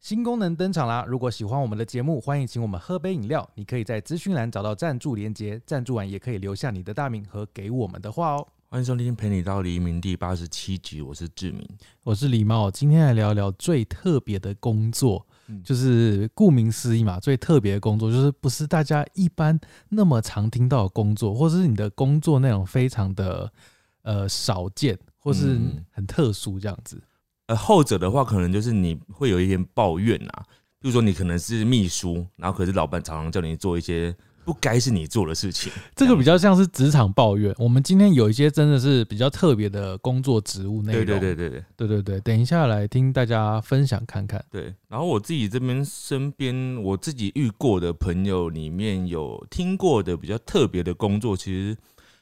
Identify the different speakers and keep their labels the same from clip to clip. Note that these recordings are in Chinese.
Speaker 1: 新功能登场啦！如果喜欢我们的节目，欢迎请我们喝杯饮料。你可以在资讯栏找到赞助连结，赞助完也可以留下你的大名和给我们的话哦。
Speaker 2: 欢迎收听《陪你到黎明》第八十七集，我是志明。
Speaker 1: 我是狸猫，今天来聊聊最特别的工作，
Speaker 2: 嗯
Speaker 1: 就是顾名思义嘛，最特别的工作就是不是大家一般那么常听到的工作，或是你的工作内容非常的呃少见，或是
Speaker 2: 嗯
Speaker 1: 很特殊这样子。
Speaker 2: 呃，后者的话，可能就是你会有一点抱怨啊，比如说你可能是秘书，然后可是老板常常叫你做一些不该是你做的事情。
Speaker 1: 这个比较像是职场抱怨。我们今天有一些真的是比较特别的工作职务内容。
Speaker 2: 对对对对对
Speaker 1: 对对对等一下来听大家分享看看。
Speaker 2: 对。然后我自己这边身边我自己遇过的朋友里面有听过的比较特别的工作，其实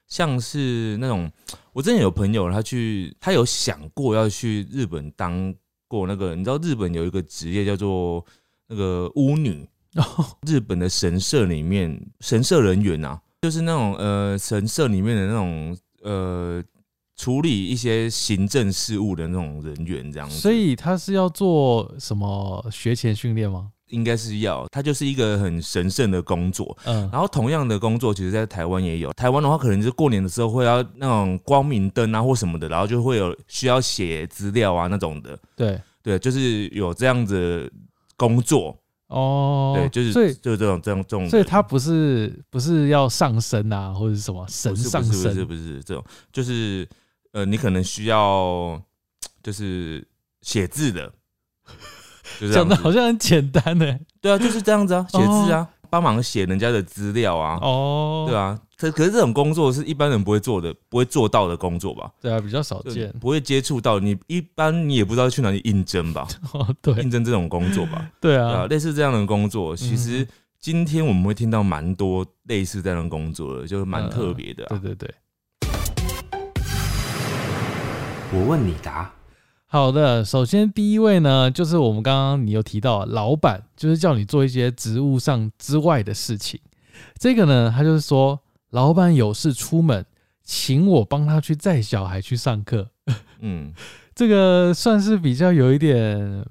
Speaker 2: 像是那种我之前有朋友他去，他有想过要去日本当过那个，你知道日本有一个职业叫做那个巫女。
Speaker 1: 哦，
Speaker 2: 日本的神社里面，神社人员啊，就是那种呃神社里面的那种呃处理一些行政事务的那种人员这样 子，
Speaker 1: 所以他是要做什么学前训练吗？
Speaker 2: 应该是要，它就是一个很神圣的工作。
Speaker 1: 嗯，
Speaker 2: 然后同样的工作，其实在台湾也有。台湾的话，可能就是过年的时候会要那种光明灯啊或什么的，然后就会有需要写资料啊那种的。
Speaker 1: 对，
Speaker 2: 对，就是有这样子工作。
Speaker 1: 哦，
Speaker 2: 对，就是嗯
Speaker 1: 所以
Speaker 2: 就是这种这种这种。
Speaker 1: 所以他不是不是要上升啊，或者是什么神
Speaker 2: 不是
Speaker 1: 上
Speaker 2: 不是不是
Speaker 1: 升？
Speaker 2: 不是这种，就是呃，你可能需要就是写 字的，就是这
Speaker 1: 讲
Speaker 2: 样
Speaker 1: 的好
Speaker 2: 子。
Speaker 1: 像哦很简单欸呢、
Speaker 2: 对啊，就是这样子啊，写字啊，帮、忙写人家的资料啊，
Speaker 1: 哦，
Speaker 2: 对啊。可可是这种工作是一般人不会做的，不会做到的工作吧？
Speaker 1: 对啊，比较少
Speaker 2: 就
Speaker 1: 见。
Speaker 2: 不会接触到，你一般你也不知道去哪里应征吧？
Speaker 1: 哦，
Speaker 2: 应
Speaker 1: 对
Speaker 2: 征这种工 作吧？
Speaker 1: 对
Speaker 2: 对啊，
Speaker 1: 啊，
Speaker 2: 类似这样的工作，其实
Speaker 1: 嗯
Speaker 2: 今天我们会听到蛮多类似这样的工作的，就是蛮
Speaker 1: 嗯
Speaker 2: 特别的
Speaker 1: 对
Speaker 2: 啊、
Speaker 1: 对对。
Speaker 3: 我问你答。
Speaker 1: 好的，首先第一位呢，就是我们刚刚你有提到，老板就是叫你做一些职务上之外的事情。这个呢，他就是说，老板有事出门，请我帮他去载小孩去上课。
Speaker 2: 嗯，
Speaker 1: 这个算是比较有一点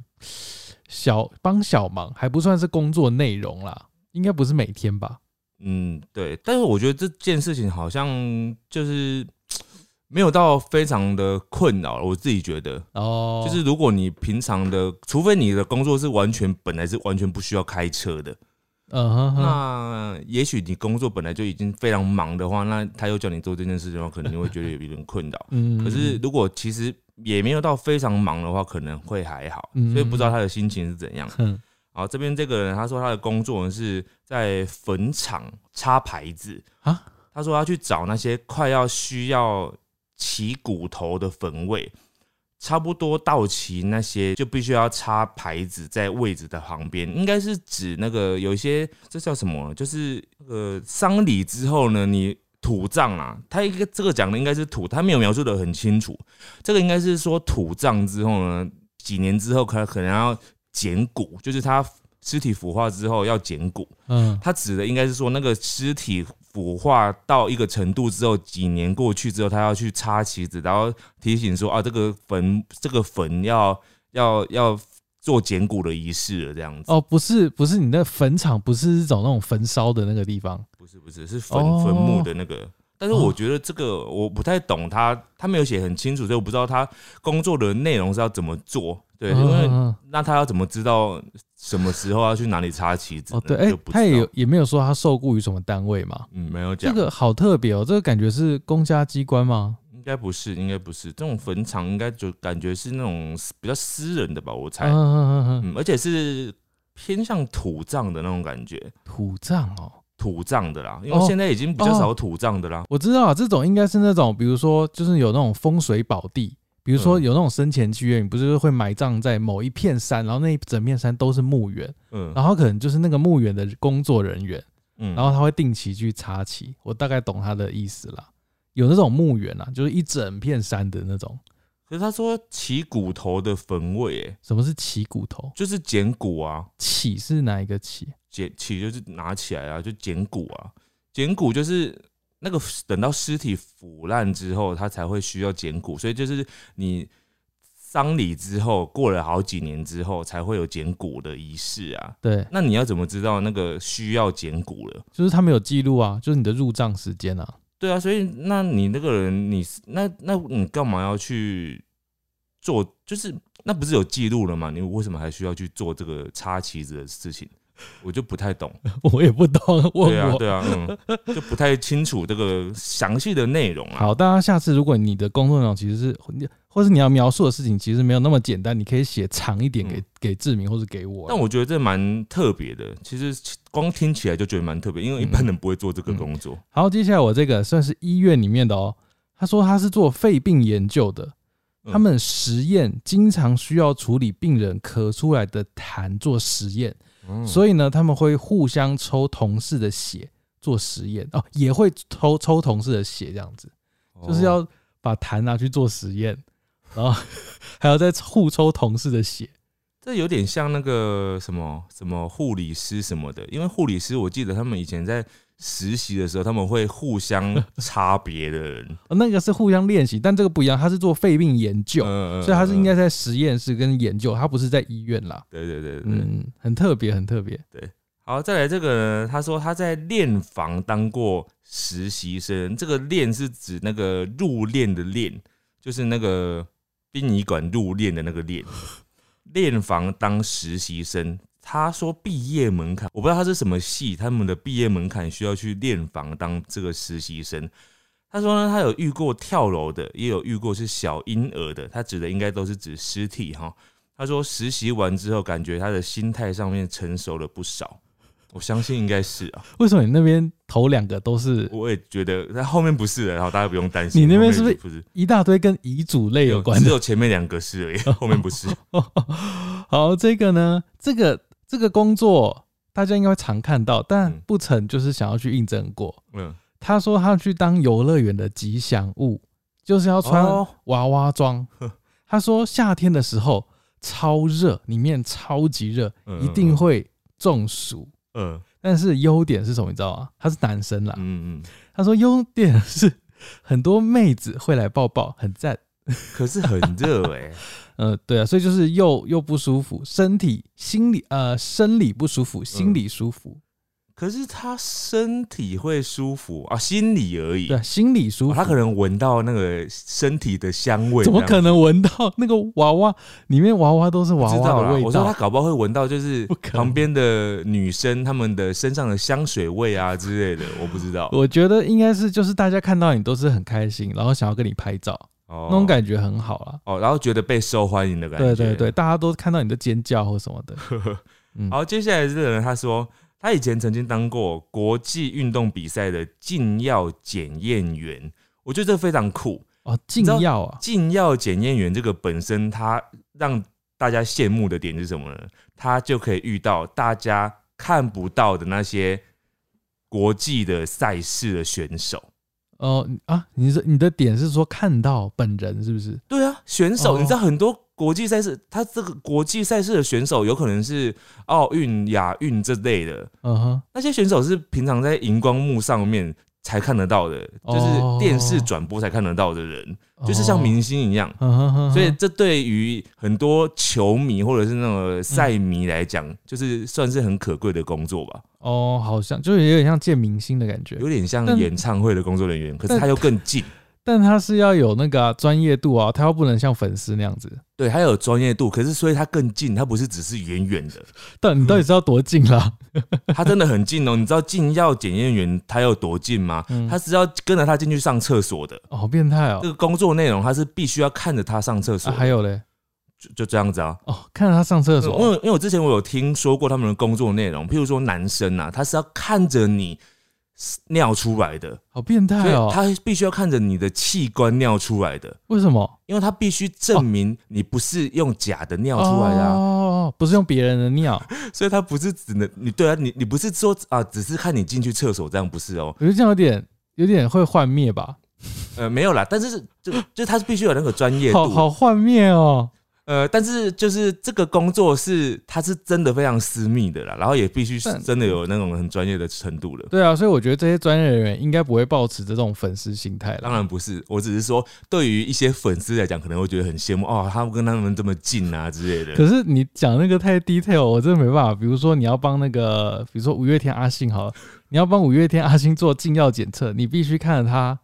Speaker 1: 小帮小忙，还不算是工作内容啦，应该不是每天吧？
Speaker 2: 嗯，对，但是我觉得这件事情好像就是没有到非常的困扰，我自己觉得，
Speaker 1: 哦，
Speaker 2: 就是如果你平常的，除非你的工作是完全本来是完全不需要开车的，
Speaker 1: 嗯哼哼，
Speaker 2: 那也许你工作本来就已经非常忙的话，那他又叫你做这件事情的话，可能你会觉得有一点困扰。
Speaker 1: 嗯
Speaker 2: 可是如果其实也没有到非常忙的话，可能会还好，
Speaker 1: 嗯
Speaker 2: 所以不知道他的心情是怎样。
Speaker 1: 哼，
Speaker 2: 好，这边这个人他说他的工作是在坟场插牌子
Speaker 1: 啊
Speaker 2: 他说他去找那些快要需要起骨头的坟位，差不多到齐那些就必须要插牌子在位置的旁边，应该是指那个有一些这叫什么？就是那个丧礼之后呢，你。土葬啊，他一个这个讲的应该是土，他没有描述的很清楚。这个应该是说土葬之后呢，几年之后可能可能要捡骨，就是他尸体腐化之后要捡骨。
Speaker 1: 嗯
Speaker 2: 他指的应该是说那个尸体腐化到一个程度之后，几年过去之后，他要去插旗子，然后提醒说啊，这个坟这个坟要要要做捡骨的仪式了，这样子。
Speaker 1: 哦，不是不是，你那坟场不是找那种焚烧的那个地方。
Speaker 2: 不是不是，是坟
Speaker 1: 哦
Speaker 2: 坟墓的那个。但是
Speaker 1: 哦
Speaker 2: 我觉得这个我不太懂他，他没有写很清楚，所以我不知道他工作的内容是要怎么做。对，因为
Speaker 1: 嗯
Speaker 2: 那他要怎么知道什么时候要去哪里插旗子呢？
Speaker 1: 哦，对，哎、
Speaker 2: 就不知道
Speaker 1: 他也有也没有说他受雇于什么单位嘛？
Speaker 2: 嗯没有
Speaker 1: 这
Speaker 2: 讲，
Speaker 1: 个好特别哦，这个感觉是公家机关吗？
Speaker 2: 应该不是，应该不是这种坟场，应该就感觉是那种私比较私人的吧，我猜，
Speaker 1: 嗯嗯嗯嗯，
Speaker 2: 嗯，而且是偏向土葬的那种感觉，
Speaker 1: 土葬哦，
Speaker 2: 土葬的啦，因为
Speaker 1: 哦
Speaker 2: 现在已经比较
Speaker 1: 哦
Speaker 2: 少土葬的啦，
Speaker 1: 我知道啊，这种应该是那种，比如说就是有那种风水宝地，比如说
Speaker 2: 嗯
Speaker 1: 有那种生前契约，你不是会埋葬在某一片山，然后那一整片山都是墓园，
Speaker 2: 嗯
Speaker 1: 然后可能就是那个墓园的工作人员，
Speaker 2: 嗯，
Speaker 1: 哦然后他会定期去插旗，我大概懂他的意思啦。有那种墓园啊，就是一整片山的那种。
Speaker 2: 可是他说起骨头的坟位，哎，
Speaker 1: 什么是旗骨头？
Speaker 2: 就是捡骨啊，
Speaker 1: 起是哪一个起？
Speaker 2: 捡起就是拿起来啊，就捡骨啊，捡骨就是那个等到尸体腐烂之后，它才会需要捡骨，所以就是你丧礼之后，过了好几年之后才会有捡骨的仪式啊。
Speaker 1: 对，
Speaker 2: 那你要怎么知道那个需要捡骨了？
Speaker 1: 就是他们有记录啊，就是你的入账时间啊。
Speaker 2: 对啊，所以那你那个人，你是那那你干嘛要去做？就是那不是有记录了吗？你为什么还需要去做这个插旗子的事情？我就不太懂。
Speaker 1: 我也不懂，问我。
Speaker 2: 对啊，对啊， 嗯，就不太清楚这个详细的内容啊。
Speaker 1: 好，大家下次如果你的工作内容其实是，或是你要描述的事情其实没有那么简单，你可以写长一点给、
Speaker 2: 嗯
Speaker 1: 给志明或是给我。
Speaker 2: 但我觉得这蛮特别的，其实光听起来就觉得蛮特别，因为一
Speaker 1: 嗯
Speaker 2: 般人不会做这个工作。
Speaker 1: 好，接下来我这个算是医院里面的哦，他说他是做肺病研究的，
Speaker 2: 嗯
Speaker 1: 他们实验经常需要处理病人咳出来的痰做实验，
Speaker 2: 嗯
Speaker 1: 所以呢，他们会互相抽同事的血做实验哦，也会抽抽同事的血这样子。就是
Speaker 2: 哦
Speaker 1: 要把痰拿去做实验，然后 还要再互抽同事的血。
Speaker 2: 这有点像那个什么什么护理师什么的，因为护理师我记得他们以前在实习的时候，他们会互相差别的 人，
Speaker 1: 哦那个是互相练习，但这个不一样，他是做肺病研究，
Speaker 2: 嗯
Speaker 1: 所以他是应该
Speaker 2: 嗯
Speaker 1: 在实验室跟研究，他不是在医院啦。
Speaker 2: 对对对对。对
Speaker 1: 嗯，很特别，很特别。
Speaker 2: 好，再来这个呢，他说他在练房当过实习生，这个练是指那个入殓的殓，就是那个殡仪馆入殓的那个殓，练房当实习生。他说毕业门槛，我不知道他是什么系，他们的毕业门槛需要去练房当这个实习生。他说呢，他有遇过跳楼的，也有遇过是小婴儿的，他指的应该都是指尸体哈。他说实习完之后，感觉他的心态上面成熟了不少。我相信应该是啊，
Speaker 1: 为什么你那边头两个都是
Speaker 2: 我也觉得，但后面不是了，然后大家不用担心。
Speaker 1: 你那边
Speaker 2: 后面
Speaker 1: 是
Speaker 2: 不是
Speaker 1: 一大堆跟遗嘱类有关
Speaker 2: 只
Speaker 1: 的？
Speaker 2: 有前面两个是而已，后面不是。
Speaker 1: 好，这个呢，这个这个工作大家应该会常看到，但
Speaker 2: 嗯
Speaker 1: 不曾就是想要去应征过。
Speaker 2: 嗯，
Speaker 1: 他说他去当游乐园的吉祥物，就是要穿
Speaker 2: 哦
Speaker 1: 娃娃装。他说夏天的时候超热，里面超级热，
Speaker 2: 嗯
Speaker 1: 一定会中暑。
Speaker 2: 嗯
Speaker 1: 但是优点是什么？你知道吗？他是男生啦。
Speaker 2: 嗯嗯，
Speaker 1: 他说优点是很多妹子会来抱抱，很赞。
Speaker 2: 可是很热哎、
Speaker 1: 呃，对啊，所以就是又又不舒服，身体、心理呃生理不舒
Speaker 2: 嗯
Speaker 1: 服，心理舒服，
Speaker 2: 可是他身体会舒服啊，心里而已。
Speaker 1: 对、啊，心理舒服。
Speaker 2: 哦他可能闻到那个身体的香味，
Speaker 1: 怎么
Speaker 2: 这
Speaker 1: 可
Speaker 2: 样
Speaker 1: 能闻到那个娃娃里面娃娃都是娃
Speaker 2: 知
Speaker 1: 娃
Speaker 2: 道
Speaker 1: 的
Speaker 2: 啦，
Speaker 1: 味
Speaker 2: 我说
Speaker 1: 道啊
Speaker 2: 他？搞不好会闻到，就是
Speaker 1: 不可能
Speaker 2: 旁边的女生她们的身上的香水味啊之类的，我不知道。
Speaker 1: 我觉得应该是就是大家看到你都是很开心，然后想要跟你拍照，
Speaker 2: 哦
Speaker 1: 那种感觉很好啦。
Speaker 2: 哦，然后觉得被受欢迎的感觉。
Speaker 1: 对对对，。大家都看到你的尖叫或什么 的。嗯
Speaker 2: 好，接下来这个人他说，他以前曾经当过国际运动比赛的禁药检验员，我觉得这非常酷。
Speaker 1: 哦，禁药啊，
Speaker 2: 禁药检验员这个本身，他让大家羡慕的点是什么呢？他就可以遇到大家看不到的那些国际的赛事的选手。
Speaker 1: 哦啊，你是你的点是说看到本人是不是？
Speaker 2: 对啊，选手，
Speaker 1: 哦
Speaker 2: 你知道很多国际赛事，他这个国际赛事的选手有可能是奥运、亚运这类的，
Speaker 1: 嗯哼，
Speaker 2: 那些选手是平常在荧光幕上面才看得到的，
Speaker 1: 哦
Speaker 2: 就是电视转播才看得到的人，就是像明星一样。
Speaker 1: 哦，嗯哼哼哼
Speaker 2: 所以这对于很多球迷或者是那种赛迷来
Speaker 1: 嗯
Speaker 2: 讲，就是算是很可贵的工作吧，
Speaker 1: 哦，好像就是有点像见明星的感觉，
Speaker 2: 有点像
Speaker 1: 但
Speaker 2: 演唱会的工作人员，可是
Speaker 1: 但
Speaker 2: 他又更 近。
Speaker 1: 但他是要有那个啊专、业度啊，他又不能像粉丝那样子。
Speaker 2: 对，他有专业度，可是所以他更近，他不是只是远远 的，
Speaker 1: 但
Speaker 2: 嗯
Speaker 1: 你到底是要多近啦？
Speaker 2: 他真的很近哦。你知道禁药检验员他有多近吗？
Speaker 1: 嗯
Speaker 2: 他是要跟着他进去上厕所的。
Speaker 1: 哦，好变态哦
Speaker 2: 这、个工作内容他是必须要看着他上厕所
Speaker 1: 啊！
Speaker 2: 的，
Speaker 1: 还有嘞，
Speaker 2: 就就这样子啊。
Speaker 1: 哦，看着他上厕
Speaker 2: 因
Speaker 1: 所，
Speaker 2: 为因为我之前我有听说过他们的工作内容，譬如说男生啊，他是要看着你尿出来的，
Speaker 1: 好变
Speaker 2: 所
Speaker 1: 态
Speaker 2: 以
Speaker 1: 哦！
Speaker 2: 他必须要看着你的器官尿出来的，
Speaker 1: 为什么
Speaker 2: 因为他必须证明你不是用假的尿出来的、啊，
Speaker 1: 哦，不是用别人的尿，
Speaker 2: 所以他不是只能你对啊，你你不是说啊，只是看你进去厕所这样不是哦，
Speaker 1: 我觉得这样有点有点会幻灭吧，
Speaker 2: 呃，没有啦，但是是就就他是必须有那个专业
Speaker 1: 好
Speaker 2: 度，
Speaker 1: 好幻灭哦。
Speaker 2: 呃，但是就是这个工作是它是真的非常私密的啦，然后也必须是
Speaker 1: 但
Speaker 2: 真的有那种很专业的程度了。
Speaker 1: 对啊，所以我觉得这些专业人员应该不会抱持这种粉丝心态
Speaker 2: 当
Speaker 1: 啦。
Speaker 2: 然不是，我只是说，对于一些粉丝来讲，可能会觉得很羡慕哦，他们跟他们这么近啊之类的。
Speaker 1: 可是你讲那个太 detail，我真的没办法。比如说你要帮那个，比如说五月天阿信好了，你要帮五月天阿信做禁药检测，你必须看着他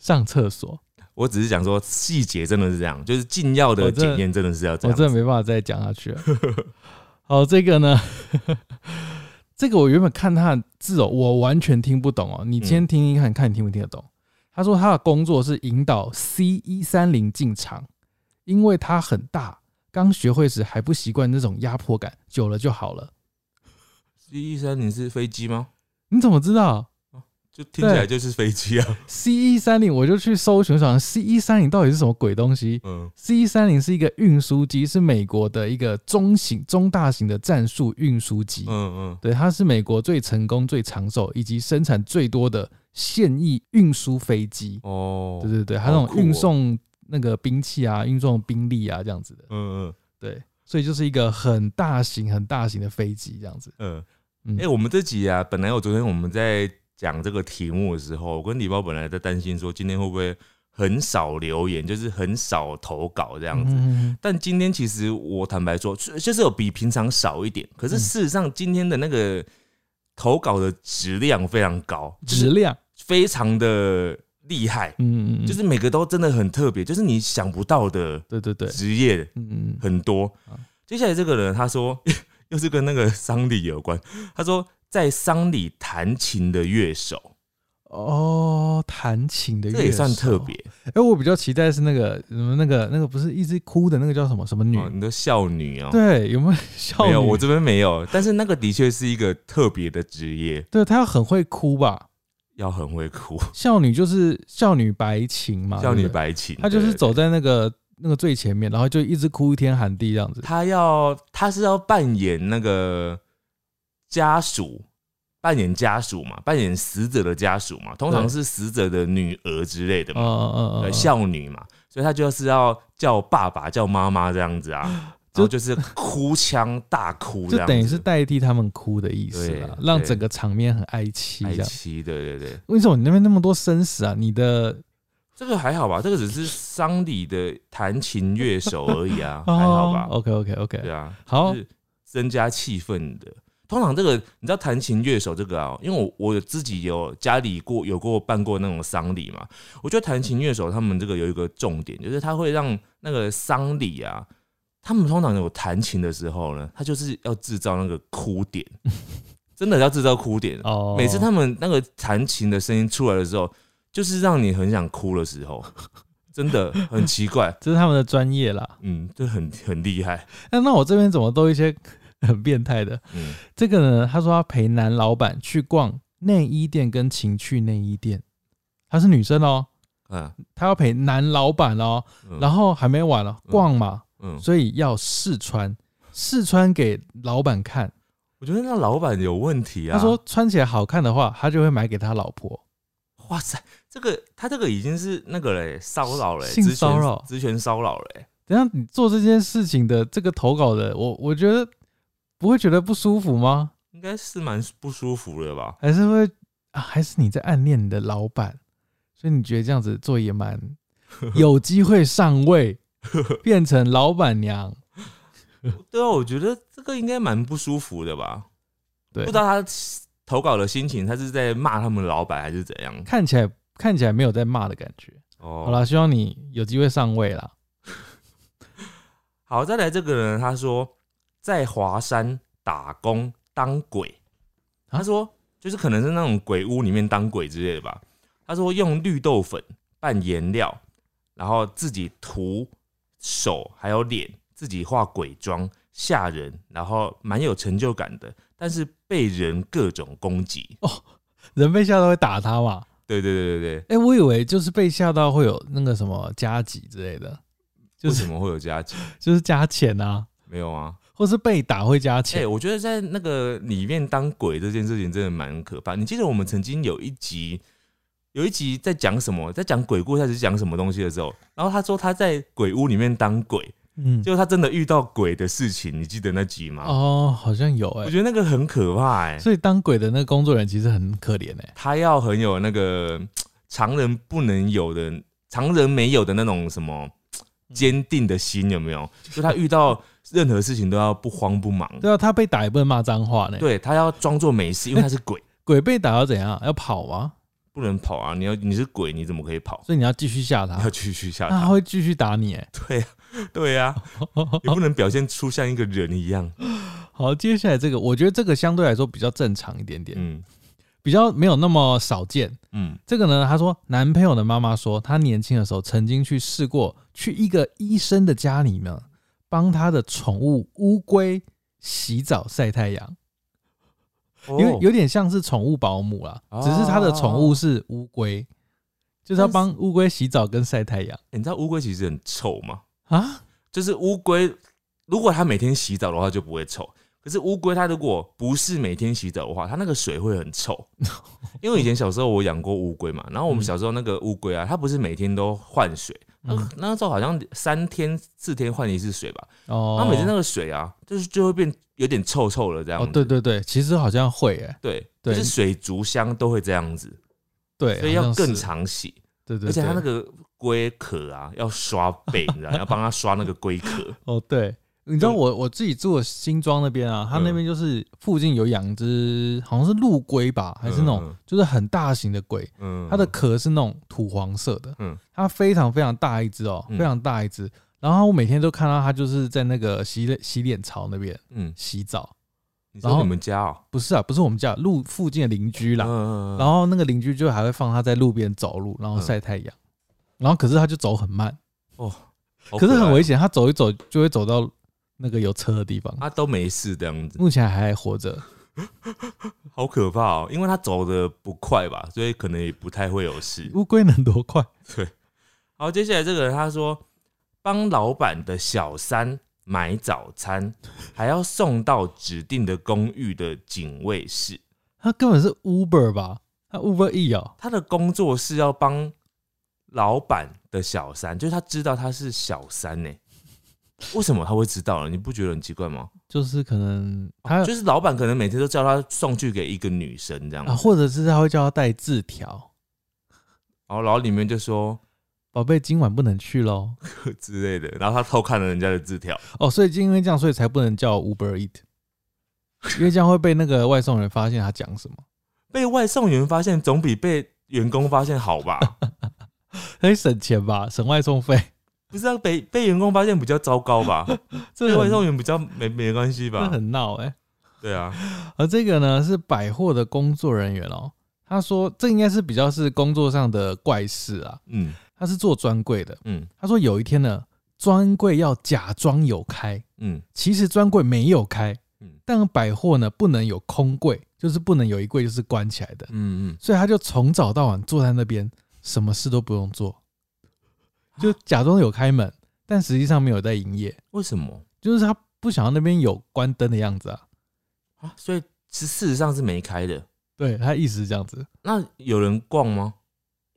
Speaker 1: 上厕所。
Speaker 2: 我只是讲说，细节真的是这样，就是禁药的
Speaker 1: 我真的
Speaker 2: 检验真的是要这
Speaker 1: 我
Speaker 2: 样
Speaker 1: 真
Speaker 2: 子。
Speaker 1: 的没办法再讲下去了。 好，这个呢， 这个我原本看他的字哦，我完全听不懂哦。你先听听看，看你听不听得懂。他说他的工作是引导 C 一三零进场，因为它很大，刚学会时还不习惯那种压迫感，久了就好了。
Speaker 2: 一三零是飞机吗？
Speaker 1: 你怎么知道
Speaker 2: 就听起来就是飞机 啊。
Speaker 1: C 一三零？我就去搜寻，想 C 一三零到底是什么鬼东西？
Speaker 2: 嗯
Speaker 1: C 三零是一个运输机，是美国的一个中型、中大型的战术运输机。
Speaker 2: 嗯
Speaker 1: 对，它是美国最成功、最长寿以及生产最多的现役运输飞机
Speaker 2: 嗯，。哦，
Speaker 1: 对对对，它那种
Speaker 2: 好酷
Speaker 1: 运
Speaker 2: 哦
Speaker 1: 送那个兵器啊、运送兵力啊这样子的。
Speaker 2: 嗯嗯
Speaker 1: 对，所以就是一个很大型、很大型的飞机这样子。
Speaker 2: 嗯。
Speaker 1: 嗯，
Speaker 2: 哎、我们这集啊，本来我昨天我们在讲这个题目的时候，我跟李包本来在担心说今天会不会很少留言，就是很少投稿这
Speaker 1: 这
Speaker 2: 样子。
Speaker 1: 子，
Speaker 2: 但今天其实我坦白说，就就是有比平常少一点，可是
Speaker 1: 嗯
Speaker 2: 事实上今天的那个投稿的质量非常高，
Speaker 1: 质量，
Speaker 2: 非常的厉害，
Speaker 1: 嗯嗯嗯，
Speaker 2: 就是每个都真的很特别，就是你想不到的
Speaker 1: 对对对，
Speaker 2: 职业
Speaker 1: 嗯嗯嗯，
Speaker 2: 很多
Speaker 1: 啊。
Speaker 2: 接下来这个人他说 又是跟那个丧礼有关，他说在丧礼弹琴的乐手，
Speaker 1: 哦，弹琴的
Speaker 2: 这也
Speaker 1: 乐
Speaker 2: 算
Speaker 1: 手
Speaker 2: 特别。
Speaker 1: 哎，我比较期待是那个什么那个那个不是一直哭的那个叫什么什么女
Speaker 2: 哦，？你的少女哦。
Speaker 1: 对，有没有 笑？
Speaker 2: 没有，我这边没有，但是那个的确是一个特别的职业，
Speaker 1: 对她要很会哭吧？
Speaker 2: 要很会哭。
Speaker 1: 少女就是少女白琴嘛，
Speaker 2: 少
Speaker 1: 啊对
Speaker 2: 女
Speaker 1: 不对，
Speaker 2: 白琴，
Speaker 1: 她就是
Speaker 2: 对
Speaker 1: 走，在那个那个最前面，然后就一直哭天喊地这样子。
Speaker 2: 她要她是要扮演那个家属，扮演家属嘛，扮演死者的家属嘛，通常
Speaker 1: 对
Speaker 2: 是死者的女儿之类的
Speaker 1: 嗯
Speaker 2: 嘛，
Speaker 1: 嗯
Speaker 2: 对，
Speaker 1: 嗯，
Speaker 2: 孝女嘛，所以她就是要叫爸爸叫妈妈这样子啊，然后就是哭腔大哭这
Speaker 1: 就
Speaker 2: 样子，
Speaker 1: 等于是代替他们哭的意思啦，
Speaker 2: 对
Speaker 1: 让
Speaker 2: 对
Speaker 1: 整个场面很哀戚
Speaker 2: 哀
Speaker 1: 这样。
Speaker 2: 戚，对对对，
Speaker 1: 为什么你那边那么多生死啊？你的
Speaker 2: 这个还好吧，这个只是丧礼的弹琴乐手而已啊，还好吧
Speaker 1: 哦，，OK OK OK，
Speaker 2: 对啊，
Speaker 1: 好
Speaker 2: 就是增加气氛的。通常这个你知道弹琴乐手这个啊，因为我我有自己有家里过有过办过那种丧礼嘛，我觉得弹琴乐手他们这个有一个重点，就是他会让那个丧礼啊，他们通常有弹琴的时候呢，他就是要制造那个哭点，真的要制造哭点。
Speaker 1: 哦，
Speaker 2: 每次他们那个弹琴的声音出来的时候，就是让你很想哭的时候， 真的很奇怪，
Speaker 1: 这是他们的专业啦。哎
Speaker 2: 嗯，就很很厉害，
Speaker 1: 那那我这边怎么都一些很变态的？
Speaker 2: 嗯。
Speaker 1: 这个呢，他说他陪男老板去逛内衣店跟情趣内衣店，她是女生哦，
Speaker 2: 嗯，
Speaker 1: 他要陪男老板哦，
Speaker 2: 嗯
Speaker 1: 然后还没完了，
Speaker 2: 嗯
Speaker 1: 逛嘛，
Speaker 2: 嗯，
Speaker 1: 所以要试穿，试穿给老板看。
Speaker 2: 我觉得那老板有问题啊。
Speaker 1: 他说穿起来好看的话，他就会买给他老婆。：“
Speaker 2: 哇塞，这个他这个已经是那个嘞，骚扰嘞，
Speaker 1: 性
Speaker 2: 职权
Speaker 1: 骚扰
Speaker 2: 职权骚扰嘞。
Speaker 1: 等一下你做这件事情的这个投稿的，我我觉得不会觉得不舒服吗？
Speaker 2: 应该是蛮不舒服的吧？
Speaker 1: 还是会啊？还是你在暗恋你的老板？所以你觉得这样子做也蛮有机会上 位，变成老板娘？
Speaker 2: 对啊，我觉得这个应该蛮不舒服的吧？
Speaker 1: 对
Speaker 2: 不知，道他投稿的心情，他是在骂他们老板还是怎样？
Speaker 1: 看起来看起来没有在骂的感觉。
Speaker 2: 哦，
Speaker 1: 好啦，希望你有机会上位啦。
Speaker 2: 好，再来这个人，他说在华山打工当鬼，
Speaker 1: 啊
Speaker 2: 他说就是可能是那种鬼屋里面当鬼之类的吧。他说用绿豆粉拌颜料，然后自己涂手还有脸，自己画鬼妆，吓人，然后蛮有成就感的，但是被人各种攻击。
Speaker 1: 人被吓到会打他嘛？
Speaker 2: 对对对对对，
Speaker 1: 哎、我以为就是被吓到会有那个什么加急之类的，就
Speaker 2: 为什
Speaker 1: 是
Speaker 2: 么会有加急？
Speaker 1: 就是加钱啊，
Speaker 2: 没有啊，
Speaker 1: 或是被打会加
Speaker 2: 哎、
Speaker 1: 钱。
Speaker 2: 我觉得在那个里面当鬼这件事情真的蛮可怕。你记得我们曾经有一集，有一集在讲什么，在讲鬼故事还是讲什么东西的时候，然后他说他在鬼屋里面当鬼，
Speaker 1: 嗯，
Speaker 2: 结果他真的遇到鬼的事情，你记得那集吗？
Speaker 1: 哦，好像有
Speaker 2: 我
Speaker 1: 哎、
Speaker 2: 觉得那个很可怕哎、
Speaker 1: 所以当鬼的那个工作人员其实很可怜哎、
Speaker 2: 他要很有那个常人不能有的、常人没有的那种什
Speaker 1: 嗯
Speaker 2: 么坚定的心，有没有？就他遇到任何事情都要不慌不忙，
Speaker 1: 对啊，他被打也不能骂脏话呢、
Speaker 2: 对他要装作没事，因为他是鬼，
Speaker 1: 鬼被打要怎样？要跑吗？
Speaker 2: 不能跑啊！你要你是鬼，你怎么可以跑？
Speaker 1: 所以你要继续吓他啊
Speaker 2: 你要，继续下
Speaker 1: 那他
Speaker 2: 他。
Speaker 1: 会继续打你哎、
Speaker 2: 对啊，对啊，你不能表现出像一个人一样。
Speaker 1: 好，接下来这个，我觉得这个相对来说比较正常一点点，
Speaker 2: 嗯
Speaker 1: 比较没有那么少见。
Speaker 2: 嗯，
Speaker 1: 这个呢，她说男朋友的妈妈说，她年轻的时候曾经去试过去一个医生的家里呢，帮她的宠物乌龟洗澡晒太阳，因为
Speaker 2: 哦
Speaker 1: 有点像是宠物保姆啦，
Speaker 2: 哦
Speaker 1: 只是她的宠物是乌龟，就是要
Speaker 2: 但是
Speaker 1: 帮乌龟洗澡跟晒太阳
Speaker 2: 欸你知道乌龟其实很臭吗？
Speaker 1: 啊。
Speaker 2: 就是乌龟，如果它每天洗澡的话就不会臭。可是乌龟它如果不是每天洗澡的话，它那个水会很 臭。因为以前小时候我养过乌龟嘛，然后我们
Speaker 1: 嗯
Speaker 2: 小时候那个乌龟啊，它不是每天都换水，那
Speaker 1: 嗯
Speaker 2: 那时候好像三天四天换一次水吧。
Speaker 1: 哦，
Speaker 2: 它每天那个水啊，就是就会变有点臭臭了这样
Speaker 1: 哦
Speaker 2: 子。，
Speaker 1: 对对对，其实好像会哎、
Speaker 2: 对
Speaker 1: 对
Speaker 2: 就是水族箱都会这样子，
Speaker 1: 对，
Speaker 2: 所以
Speaker 1: 好
Speaker 2: 要
Speaker 1: 像是
Speaker 2: 更，常洗。
Speaker 1: 对对对，
Speaker 2: 而且它那个龟壳啊，要刷背，你知道， 要帮它刷那个龟壳。
Speaker 1: 哦，对，你知道
Speaker 2: 嗯
Speaker 1: 我我自己住的新庄那边啊，它那
Speaker 2: 嗯
Speaker 1: 边就是附近有养只好像是陆龟吧，还是那
Speaker 2: 嗯
Speaker 1: 种
Speaker 2: 嗯
Speaker 1: 就是很大型的龟，
Speaker 2: 嗯，
Speaker 1: 它的壳是那种土黄色的，
Speaker 2: 嗯
Speaker 1: 它非常非常大一只哦，
Speaker 2: 嗯
Speaker 1: 非常大一只。然后我每天都看到它就是在那个洗洗脸槽那边
Speaker 2: 嗯，
Speaker 1: 洗澡，
Speaker 2: 你
Speaker 1: 然
Speaker 2: 说
Speaker 1: 后
Speaker 2: 你们家哦、
Speaker 1: 不是啊，不是我们家路附近的邻居啦，
Speaker 2: 嗯
Speaker 1: 然后那个邻居就还会放它在路边走路，然后
Speaker 2: 嗯
Speaker 1: 晒太阳，然后可是它就走很慢，
Speaker 2: 后
Speaker 1: 可是很危
Speaker 2: 险，
Speaker 1: 险，它走一走就会走到那个有车的地方。
Speaker 2: 他都没事这样子，
Speaker 1: 目前还活着，
Speaker 2: 好可怕哦、因为他走的不快吧，所以可能也不太会有事。
Speaker 1: 乌龟能多快？
Speaker 2: 好，接下来这个人他说，帮老板的小三买早餐，还要送到指定的公寓的警卫室。
Speaker 1: 它根本是 Uber 吧？它 Uber E 哦，
Speaker 2: 他的工作是要帮老板的小三，就是他知道他是小三呢、为什么他会知道呢？你不觉得很奇怪吗？
Speaker 1: 就是可能它
Speaker 2: 就是老板可能每天都叫他送去给一个女生这样子
Speaker 1: 啊，或者是它会叫它带字条，
Speaker 2: 然后然后里面就说
Speaker 1: 宝贝今晚不能去喽。
Speaker 2: 之类的，然后他偷看了人家的字条，
Speaker 1: 哦，所以就因为这样，所以才不能叫 Uber Eat，因为这样会被那个外送人发现他讲什么。
Speaker 2: 被外送员发现总比被员工发现好吧？
Speaker 1: 可以哎省钱吧，省外送费，
Speaker 2: 不是啊，被被员工发现比较糟糕吧？
Speaker 1: 这
Speaker 2: 被外
Speaker 1: 很
Speaker 2: 送员比较没没关系
Speaker 1: 这
Speaker 2: 吧？
Speaker 1: 很闹哎、
Speaker 2: 对啊，
Speaker 1: 而这个呢是百货的工作人员哦，他说这应该是比较是工作上的怪事啊，
Speaker 2: 嗯
Speaker 1: 他是做专柜的，
Speaker 2: 嗯
Speaker 1: 他说有一天呢，专柜要假装有开，
Speaker 2: 嗯
Speaker 1: 其实专柜没有开，
Speaker 2: 嗯
Speaker 1: 但百货呢不能有空柜，就是不能有一柜就是关起来的，
Speaker 2: 嗯嗯，
Speaker 1: 所以他就从早到晚坐在那边，什么事都不用做，
Speaker 2: 啊
Speaker 1: 就假装有开门，但实际上没有在营业，
Speaker 2: 为什么
Speaker 1: 就是他不想要那边有关灯的样子啊。
Speaker 2: 啊？所以是事实上是没开的。
Speaker 1: 对他意思是这样子，
Speaker 2: 那有人逛吗？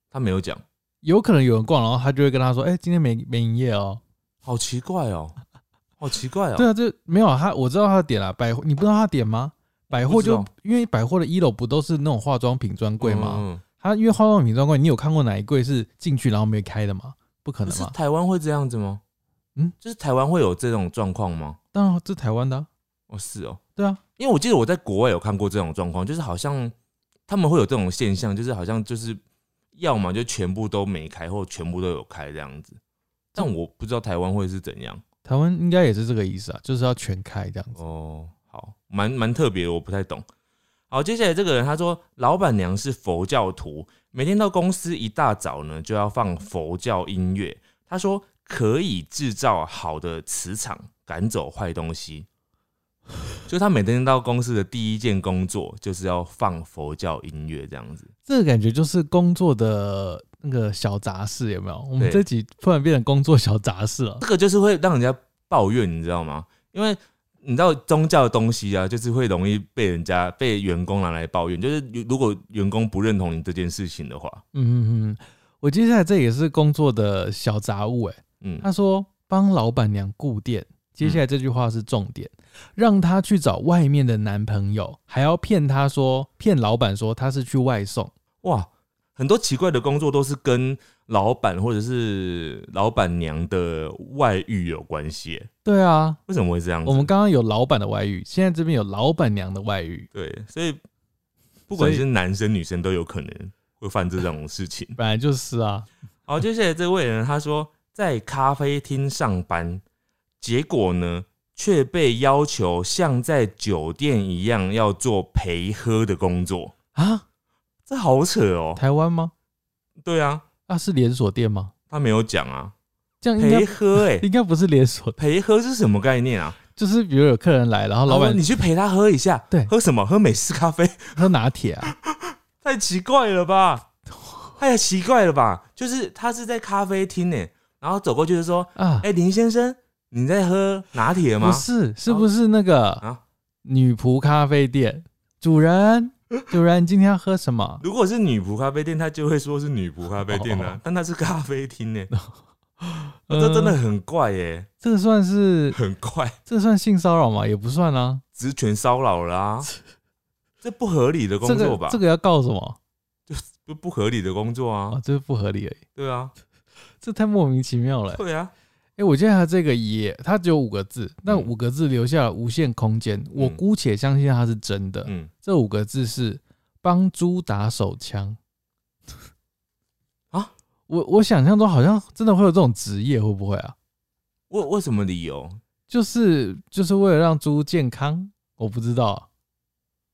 Speaker 2: 他没有讲，
Speaker 1: 有可能有人逛，然后他就会跟他说：“哎、今天没没营业哦。
Speaker 2: 好奇怪哦，好奇怪”哦。
Speaker 1: 对啊，这没有啊他，我知道他的点啦。百货，你不知道他的点吗？百货
Speaker 2: 我
Speaker 1: 就
Speaker 2: 不知
Speaker 1: 因为百货的一楼不都是那种化妆品专柜吗？
Speaker 2: 嗯嗯嗯
Speaker 1: 他因为化妆品专柜，你有看过哪一柜是进去然后没开的吗？不可
Speaker 2: 不
Speaker 1: 能
Speaker 2: 是
Speaker 1: 嘛！
Speaker 2: 台湾会这样子吗？
Speaker 1: 嗯
Speaker 2: 嗯，就是台湾会有这种状况吗？
Speaker 1: 当然这台湾的啊、
Speaker 2: 哦，是哦，
Speaker 1: 对啊，
Speaker 2: 因为我记得我在国外有看过这种状况，就是好像他们会有这种现象，就是好像就是要么就全部都没开，或全部都有开这样子。但我不知道台湾会是怎样
Speaker 1: 台湾应该也是这个意思啊，就是要全开这样子。
Speaker 2: 哦。好，蛮蛮特别的，我不太懂。好，接下来这个人他说，老板娘是佛教徒，每天到公司一大早呢就要放佛教音乐。他说可以制造好的磁场，赶走坏东西。就他每天到公司的第一件工作就是要放佛教音乐这样子。
Speaker 1: 这个感觉就是工作的那个小杂事，有没有？我们
Speaker 2: 对
Speaker 1: 这集突然变成工作小杂事了
Speaker 2: 这。个就是会让人家抱怨，你知道吗？因为你知道宗教的东西啊，就是会容易被人家被员工拿来抱怨。就是如果员工不认同你这件事情的话，
Speaker 1: 嗯嗯嗯，我接下来这也是工作的小杂物、哎。
Speaker 2: 嗯
Speaker 1: 他说帮老板娘顾店。接下来这句话是重点，让她去找外面的男朋友，还要骗她说骗老板说她是去外送。
Speaker 2: 哇，很多奇怪的工作都是跟老板或者是老板娘的外遇有关系耶，
Speaker 1: 对啊，
Speaker 2: 为什么会这样子？
Speaker 1: 我们刚刚有老板的外遇，现在这边有老板娘的外遇，
Speaker 2: 对，所以不管
Speaker 1: 所以
Speaker 2: 是男生女生都有可能会犯这种事情。
Speaker 1: 本来就是啊，
Speaker 2: 好，接下来这位人他说在咖啡厅上班，结果呢却被要求像在酒店一样要做陪喝的工作，
Speaker 1: 啊，
Speaker 2: 这好扯哦。
Speaker 1: 台湾吗？
Speaker 2: 对啊，
Speaker 1: 啊，是连锁店吗？
Speaker 2: 他没有讲啊，
Speaker 1: 这样应该
Speaker 2: 陪喝哎、
Speaker 1: 应该不是连锁，
Speaker 2: 陪喝是什么概念啊？
Speaker 1: 就是比如有客人来，然后老
Speaker 2: 他说
Speaker 1: 板
Speaker 2: 你去陪他喝一下，
Speaker 1: 对
Speaker 2: 喝什么？喝美式咖啡，
Speaker 1: 喝拿铁啊，
Speaker 2: 太奇怪了吧？太奇怪了吧？就是他是在咖啡厅呢，然后走过去就说
Speaker 1: 啊：“
Speaker 2: 哎、，林先生，你在喝拿铁吗
Speaker 1: 不是，是不是那个
Speaker 2: 啊
Speaker 1: 女仆咖啡店主人？主人，你今天要喝什么？”？
Speaker 2: 如果是女仆咖啡店，他就会说是女仆咖啡店啊，
Speaker 1: 哦
Speaker 2: 但他是咖啡 厅呢，这真的
Speaker 1: 呃，
Speaker 2: 很怪耶、
Speaker 1: 这个算是
Speaker 2: 很怪，
Speaker 1: 这算性骚扰吗？也不算啊，
Speaker 2: 职权骚扰啦、这不合理的工
Speaker 1: 这
Speaker 2: 作
Speaker 1: 个
Speaker 2: 吧？
Speaker 1: 这个要告什么
Speaker 2: 不不合理的工作啊
Speaker 1: 啊？，这是不合理而已，
Speaker 2: 对啊，
Speaker 1: 这太莫名其妙 了欸。
Speaker 2: 对啊，
Speaker 1: 哎、我记得他这个也，他只有五个字，但
Speaker 2: 嗯
Speaker 1: 五个字留下了无限空间。我
Speaker 2: 嗯
Speaker 1: 姑且相信他是真的。
Speaker 2: 嗯
Speaker 1: 这五个字是帮猪打手枪
Speaker 2: 啊！
Speaker 1: 我我想象中好像真的会有这种职业，会不会啊？
Speaker 2: 为为什么理由？
Speaker 1: 就是就是为了让猪健康，我不知道啊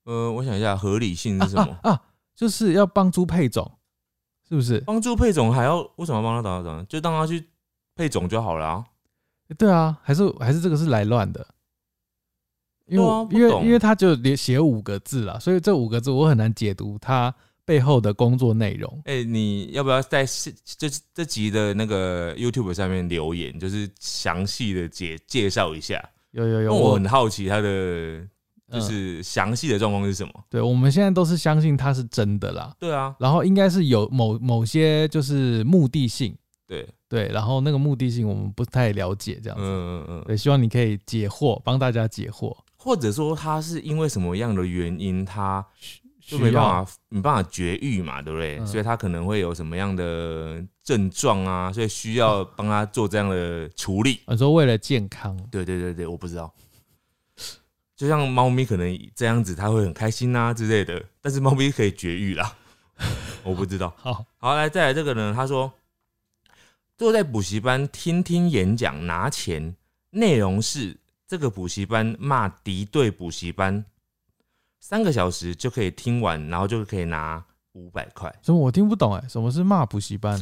Speaker 2: 呃，我想一下，合理性是什么
Speaker 1: 啊？啊就是要帮猪配种，是不是？
Speaker 2: 帮助配种还要为什么要帮他打仗？就让他去配种就好了、啊。
Speaker 1: 对啊，还是还是这个是来乱的，因为我、
Speaker 2: 对啊
Speaker 1: 因
Speaker 2: 不懂
Speaker 1: 为因为他就连写五个字啦，所以这五个字我很难解读它背后的工作内容。
Speaker 2: 哎、你要不要在是这这集的那个 YouTube 上面留言，就是详细的解介绍一下？
Speaker 1: 有有
Speaker 2: 因
Speaker 1: 有，
Speaker 2: 为我很好奇他的就
Speaker 1: 嗯
Speaker 2: 是详细的状况是什么。
Speaker 1: 对，我们现在都是相信它是真的啦，
Speaker 2: 对啊，
Speaker 1: 然后应该是有某某些就是目的性，
Speaker 2: 对，
Speaker 1: 对，然后那个目的性我们不太了解这样
Speaker 2: 嗯
Speaker 1: 子，
Speaker 2: 嗯嗯嗯，
Speaker 1: 对，希望你可以解惑，帮大家解惑，
Speaker 2: 或者说他是因为什么样的原因，他就
Speaker 1: 需
Speaker 2: 没办
Speaker 1: 要
Speaker 2: 法没办法绝育嘛，对不对？
Speaker 1: 嗯
Speaker 2: 所以他可能会有什么样的症状啊，所以需要帮他做这样的处理。
Speaker 1: 你呃说为了健康，
Speaker 2: 对对对对，我不知道。就像猫咪可能这样子，它会很开心啊之类的，但是猫咪可以绝育啦，我不知道。
Speaker 1: 好，
Speaker 2: 好，来再来这个呢，他说坐在补习班听听演讲拿钱，内容是这个补习班骂敌对补习班，三个小时就可以听完，然后就可以拿五百块。
Speaker 1: 什么我听不懂哎、什么是骂补习班？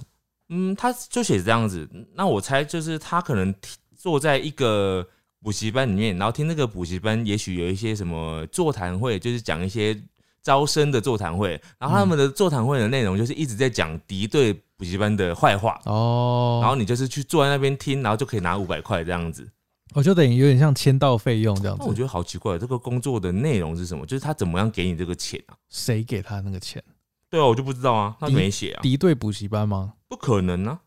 Speaker 2: 嗯，他就写这样子，那我猜就是他可能听坐在一个补习班里面，然后听那个补习班也许有一些什么座谈会，就是讲一些招生的座谈会，
Speaker 1: 嗯
Speaker 2: 然后他们的座谈会的内容就是一直在讲敌对补习班的坏话，
Speaker 1: 哦，
Speaker 2: 然后你就是去坐在那边听，然后就可以拿五百块这样子。
Speaker 1: 我哦就等于有点像签到费用这样
Speaker 2: 哦那我
Speaker 1: 子，
Speaker 2: 觉得好奇怪，这个工作的内容是什么？就是他怎么样给你这个钱啊？
Speaker 1: 谁给他那个钱？
Speaker 2: 对啊，我就不知道啊，他
Speaker 1: 敌
Speaker 2: 没写啊，
Speaker 1: 敌对补习班吗？
Speaker 2: 不可能啊。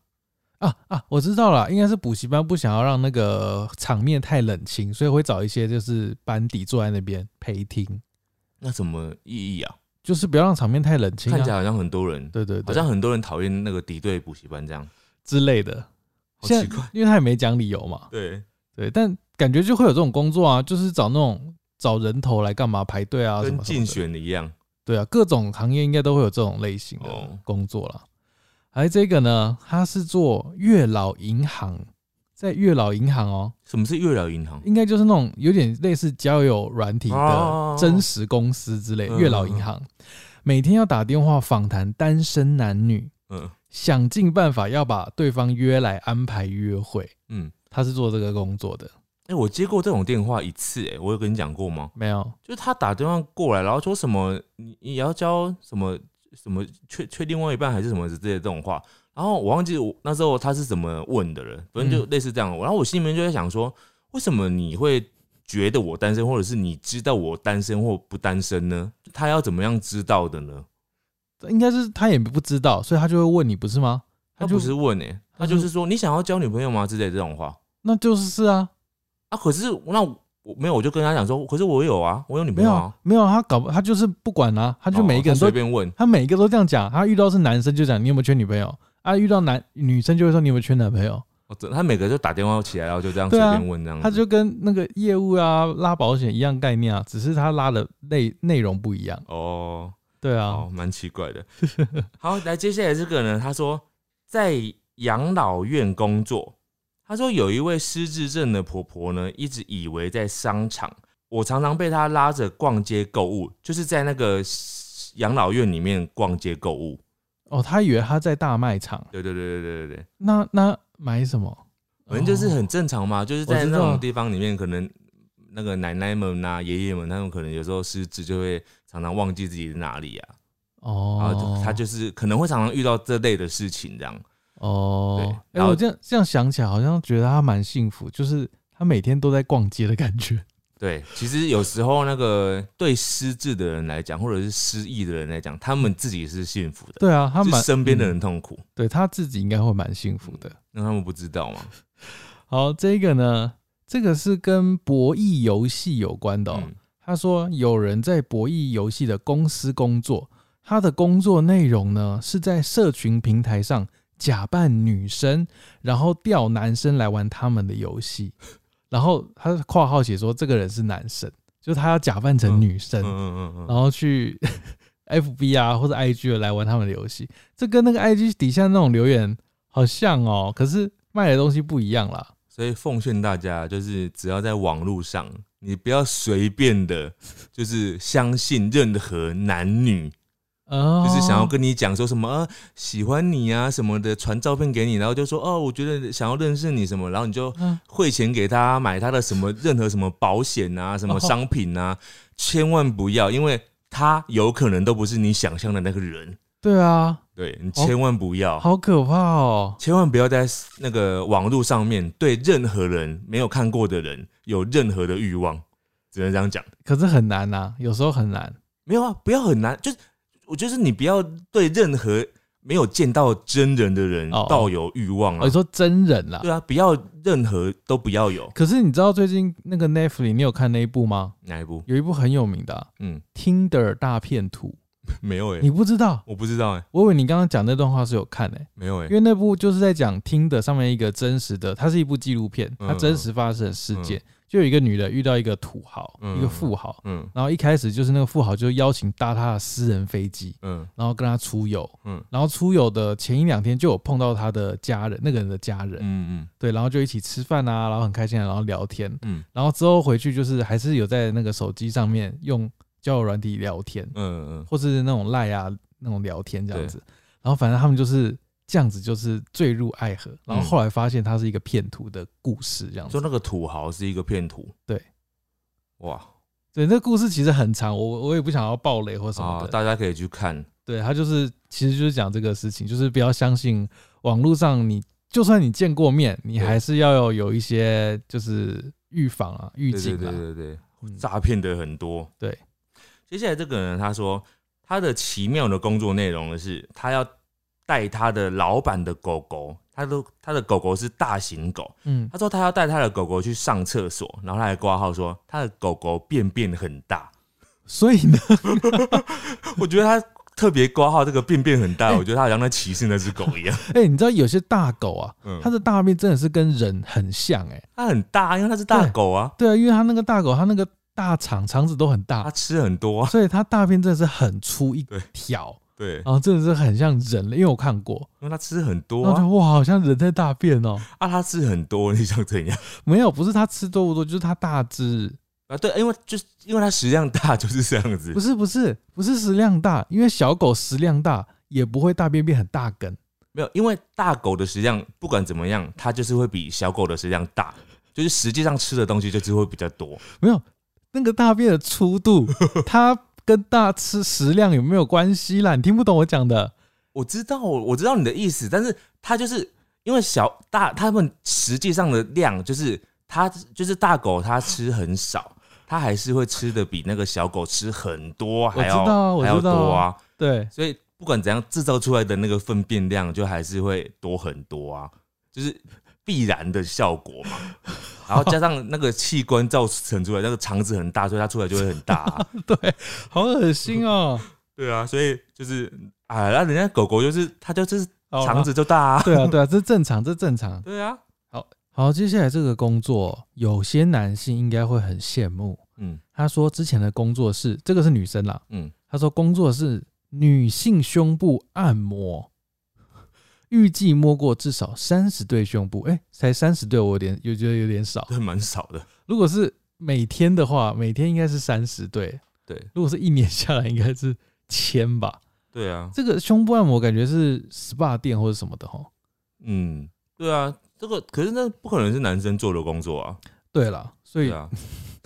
Speaker 1: 啊啊，我知道了，应该是补习班不想要让那个场面太冷清，所以会找一些就是班底坐在那边陪听，
Speaker 2: 那什么意义啊？
Speaker 1: 就是不要让场面太冷清、啊。
Speaker 2: 看起来好像很多人
Speaker 1: 对对
Speaker 2: 好
Speaker 1: 对，
Speaker 2: 像很多人讨厌那个敌对补习班这样，
Speaker 1: 之类的。
Speaker 2: 好
Speaker 1: 现
Speaker 2: 奇
Speaker 1: 在
Speaker 2: 怪。
Speaker 1: 因为他也没讲理由嘛，
Speaker 2: 对，
Speaker 1: 对，但感觉就会有这种工作啊，就是找那种找人头来干嘛排队啊什
Speaker 2: 跟
Speaker 1: 么什么的
Speaker 2: 竞选一样。
Speaker 1: 对啊，各种行业应该都会有这种类型的
Speaker 2: 哦
Speaker 1: 工作啦。还这个呢，他是做月老银行，在月老银行哦，
Speaker 2: 什么是月老银行？
Speaker 1: 应该就是那种有点类似交友软体的
Speaker 2: 哦
Speaker 1: 真实公司之类。
Speaker 2: 嗯
Speaker 1: 月老银行每天要打电话访谈单身男女，
Speaker 2: 嗯
Speaker 1: 想尽办法要把对方约来安排约会。
Speaker 2: 嗯，
Speaker 1: 他是做这个工作的，
Speaker 2: 哎、我接过这种电话一次、哎，我有跟你讲过吗？
Speaker 1: 没有
Speaker 2: 就是他打电话过来，然后说什么你你要交什么什么确确另外一半还是什么之类的这种话，然后我忘记我那时候他是怎么问的了，反正就类似这样。然后我心里面就在想说，为什么你会觉得我单身，或者是你知道我单身或不单身呢？他要怎么样知道的呢？
Speaker 1: 应该是他也不知道，所以他就会问你，不是吗？
Speaker 2: 他
Speaker 1: 就
Speaker 2: 不是问哎、
Speaker 1: 他
Speaker 2: 他
Speaker 1: 就
Speaker 2: 就是说你想要交女朋友吗之类的这种话。
Speaker 1: 那就是是啊，
Speaker 2: 啊，可是那我我没有，我就跟他讲说，可是我有啊，我有女
Speaker 1: 没
Speaker 2: 朋友
Speaker 1: 有
Speaker 2: 啊
Speaker 1: 啊，没有啊，他搞不他就是不管啊，他
Speaker 2: 哦他
Speaker 1: 就每一个人都、
Speaker 2: 随便问，
Speaker 1: 他每一个都这样讲，他遇到是男生就讲你有没有缺女朋友啊，遇到男女生就会说你有没有缺男朋友，
Speaker 2: 哦真的他每个就打电话起来，然后就这样随
Speaker 1: 对啊
Speaker 2: 便问这样子，
Speaker 1: 他就跟那个业务啊拉保险一样概念啊，只是他拉的内内容不一样，
Speaker 2: 哦，
Speaker 1: 对啊
Speaker 2: 哦，，蛮奇怪的。好，来接下来这个呢，他说在养老院工作，他说有一位失智症的婆婆呢，一直以为在商场，我常常被她拉着逛街购物，就是在那个养老院里面逛街购物。
Speaker 1: 哦，他以为他在大卖场，
Speaker 2: 对对对对对对对，
Speaker 1: 那那买什么？
Speaker 2: 反正就是
Speaker 1: 哦
Speaker 2: 很正常嘛，就是
Speaker 1: 我
Speaker 2: 在
Speaker 1: 知
Speaker 2: 那
Speaker 1: 道
Speaker 2: 种地方里面，可能那个奶奶们啊、爷爷们，他们可能有时候失智就会常常忘记自己在哪里啊，然后
Speaker 1: 哦
Speaker 2: 就，他就是可能会常常遇到这类的事情这样。对
Speaker 1: 哦，哎、
Speaker 2: 然后
Speaker 1: 我这样这样想起来，好像觉得他蛮幸福，就是他每天都在逛街的感觉。
Speaker 2: 对，其实有时候那个对失智的人来讲，或者是失忆的人来讲，他们自己是幸福的，
Speaker 1: 对啊，他
Speaker 2: 是
Speaker 1: 蛮
Speaker 2: 身边的
Speaker 1: 嗯
Speaker 2: 人痛苦，
Speaker 1: 对他自己应该会蛮幸福的。
Speaker 2: 那他们不知道嘛？
Speaker 1: 好，这个呢，这个是跟博弈游戏有关的、哦。
Speaker 2: 嗯
Speaker 1: 他说有人在博弈游戏的公司工作，他的工作内容呢是在社群平台上假扮女生，然后调男生来玩他们的游戏。 然后他括号写说这个人是男生，就是他要假扮成女生，
Speaker 2: 嗯嗯嗯嗯，
Speaker 1: 然后去 FB 啊或者 IG 来玩他们的游戏。这跟那个 IG 底下那种留言好像哦，可是卖的东西不一样啦。
Speaker 2: 所以奉劝大家，就是只要在网络上，你不要随便的，就是相信任何男女，
Speaker 1: 哦，
Speaker 2: 就是想要跟你讲说什么、呃喜欢你啊什么的，传照片给你，然后就说哦，我觉得想要认识你什么，然后你就
Speaker 1: 嗯
Speaker 2: 汇钱给他买他的什么任何什么保险啊，什么商品啊，千万不要，因为他有可能都不是你想象的那个人，
Speaker 1: 对啊，
Speaker 2: 对你千万不要。
Speaker 1: 好可怕哦。
Speaker 2: 千万不要在那个网络上面对任何人没有看过的人有任何的欲望，只能这样讲。
Speaker 1: 可是很难呐、有时候很难。
Speaker 2: 没有啊，不要很难，就是我就是你不要对任何没有见到真人的人
Speaker 1: 哦
Speaker 2: 抱有欲望
Speaker 1: 我、
Speaker 2: 啊。
Speaker 1: 你说真人啦、
Speaker 2: 对啊，不要任何都不要有
Speaker 1: 可是你知道最近那个 Netflix 你有看那一部吗？
Speaker 2: 哪一部？
Speaker 1: 有一部很有名的、啊
Speaker 2: 嗯，
Speaker 1: 《Tinder 大骗徒》，
Speaker 2: 没有哎、
Speaker 1: 你不知道？
Speaker 2: 我不知道哎、
Speaker 1: 我以为你刚刚讲那段话是有看诶、
Speaker 2: 没有哎、
Speaker 1: 因为那部就是在讲 Tinder 上面一个真实的，它是一部纪录片，
Speaker 2: 嗯
Speaker 1: 它真实发生的事件，就有一个女的遇到一个土豪，
Speaker 2: 嗯
Speaker 1: 一个富豪，
Speaker 2: 嗯
Speaker 1: 然后一开始就是那个富豪就邀请搭他的私人飞机，
Speaker 2: 嗯
Speaker 1: 然后跟他出游，
Speaker 2: 嗯
Speaker 1: 然后出游的前一两天就有碰到他的家人，那个人的家人，
Speaker 2: 嗯
Speaker 1: 对，然后就一起吃饭啊，然后很开心啊，然后聊天，
Speaker 2: 嗯
Speaker 1: 然后之后回去就是还是有在那个手机上面用交友软体聊天
Speaker 2: 嗯，嗯
Speaker 1: 或是那种赖啊那种聊天这样子，然后反正他们就是这样子，就是坠入爱河，然后后来发现他是一个骗徒的故事这样
Speaker 2: 嗯，
Speaker 1: 子
Speaker 2: 说。那个土豪是一个骗徒，
Speaker 1: 对，
Speaker 2: 哇
Speaker 1: 对，那故事其实很长，我我也不想要暴雷或什么
Speaker 2: 啊，
Speaker 1: 的。
Speaker 2: 大家可以去看，
Speaker 1: 对他就是其实就是讲这个事情，就是不要相信网络上你就算你见过面，你
Speaker 2: 对
Speaker 1: 还是要有有一些就是预防啊、预
Speaker 2: 对
Speaker 1: 警
Speaker 2: 对对
Speaker 1: 啊。
Speaker 2: 对对，
Speaker 1: 嗯
Speaker 2: 诈骗的很多。
Speaker 1: 对，
Speaker 2: 接下来这个人他说他的奇妙的工作内容呢是，他要带他的老板的狗狗，他都他的狗狗是大型狗，
Speaker 1: 嗯，
Speaker 2: 他说他要带他的狗狗去上厕所，然后他还挂号说他的狗狗便便很 大，
Speaker 1: 所以呢，
Speaker 2: 我觉得他。特别挂号这个便便很大，我觉得他好像在歧视那只狗一样。
Speaker 1: 哎、你知道有些大狗啊，
Speaker 2: 嗯
Speaker 1: 它的大便真的是跟人很像哎、
Speaker 2: 它很大，因为它是大狗啊，
Speaker 1: 对啊，因为它那个大狗，它那个大肠肠子都很
Speaker 2: 它
Speaker 1: 大，
Speaker 2: 吃很多啊。
Speaker 1: 所以它大便真的是很粗一
Speaker 2: 对
Speaker 1: 条，
Speaker 2: 对，
Speaker 1: 然后真的是很像人了，因为我看过，
Speaker 2: 因为它吃很
Speaker 1: 然
Speaker 2: 多
Speaker 1: 后就
Speaker 2: 啊，
Speaker 1: 哇，好像人在大便哦、
Speaker 2: 啊，它吃很多，你想怎样？
Speaker 1: 没有，不是它吃多不多，就是它大只，
Speaker 2: 啊，对，因为就是因为它食量大， 就是这样子
Speaker 1: 不。是不是不是食量大，因为小狗食量大也不会大便变很大根，
Speaker 2: 没有，因为大狗的食量不管怎么样，它就是会比小狗的食量大，就是实际上吃的东西就是会比较多。
Speaker 1: 没有那个大便的粗度， 它跟大吃食量有没有关系啦？你听不懂我讲的。
Speaker 2: 我知道，我知道你的意思，但是它就是因为小大，它们实际上的量就是它就是大狗，它吃很少，它还是会吃的比那个小狗吃很多，还
Speaker 1: 我知道
Speaker 2: 要
Speaker 1: 我
Speaker 2: 还要
Speaker 1: 知道
Speaker 2: 多啊。
Speaker 1: 对，
Speaker 2: 所以不管怎样，制造出来的那个粪便量就还是会多很多啊。就是必然的效果嘛。然后加上那个器官造成出来，那个肠子很大，所以它出来就会很大啊、
Speaker 1: 对，好恶心哦。
Speaker 2: 对啊，所以就是啊，那人家狗狗就是它就是
Speaker 1: 好
Speaker 2: 肠子就大啊。
Speaker 1: 对啊，对啊，这正常，这正常。
Speaker 2: 对啊，
Speaker 1: 好，接下来这个工作，有些男性应该会很羡慕。
Speaker 2: 嗯
Speaker 1: 他说之前的工作是，这个是女生啦，
Speaker 2: 嗯，
Speaker 1: 他说工作是女性胸部按摩，预计摸过至少三十对胸部，哎、才三十对，我有点有觉得有点少。
Speaker 2: 对，蛮少的。
Speaker 1: 如果是每天的话，每天应该是三十对，
Speaker 2: 对
Speaker 1: 如果是一年下来，应该是千吧。
Speaker 2: 对啊，
Speaker 1: 这个胸部按摩感觉是 SPA 店或者什么的哈。
Speaker 2: 嗯，对啊，这个可是那不可能是男生做的工作啊，
Speaker 1: 对了，所以
Speaker 2: 对啊，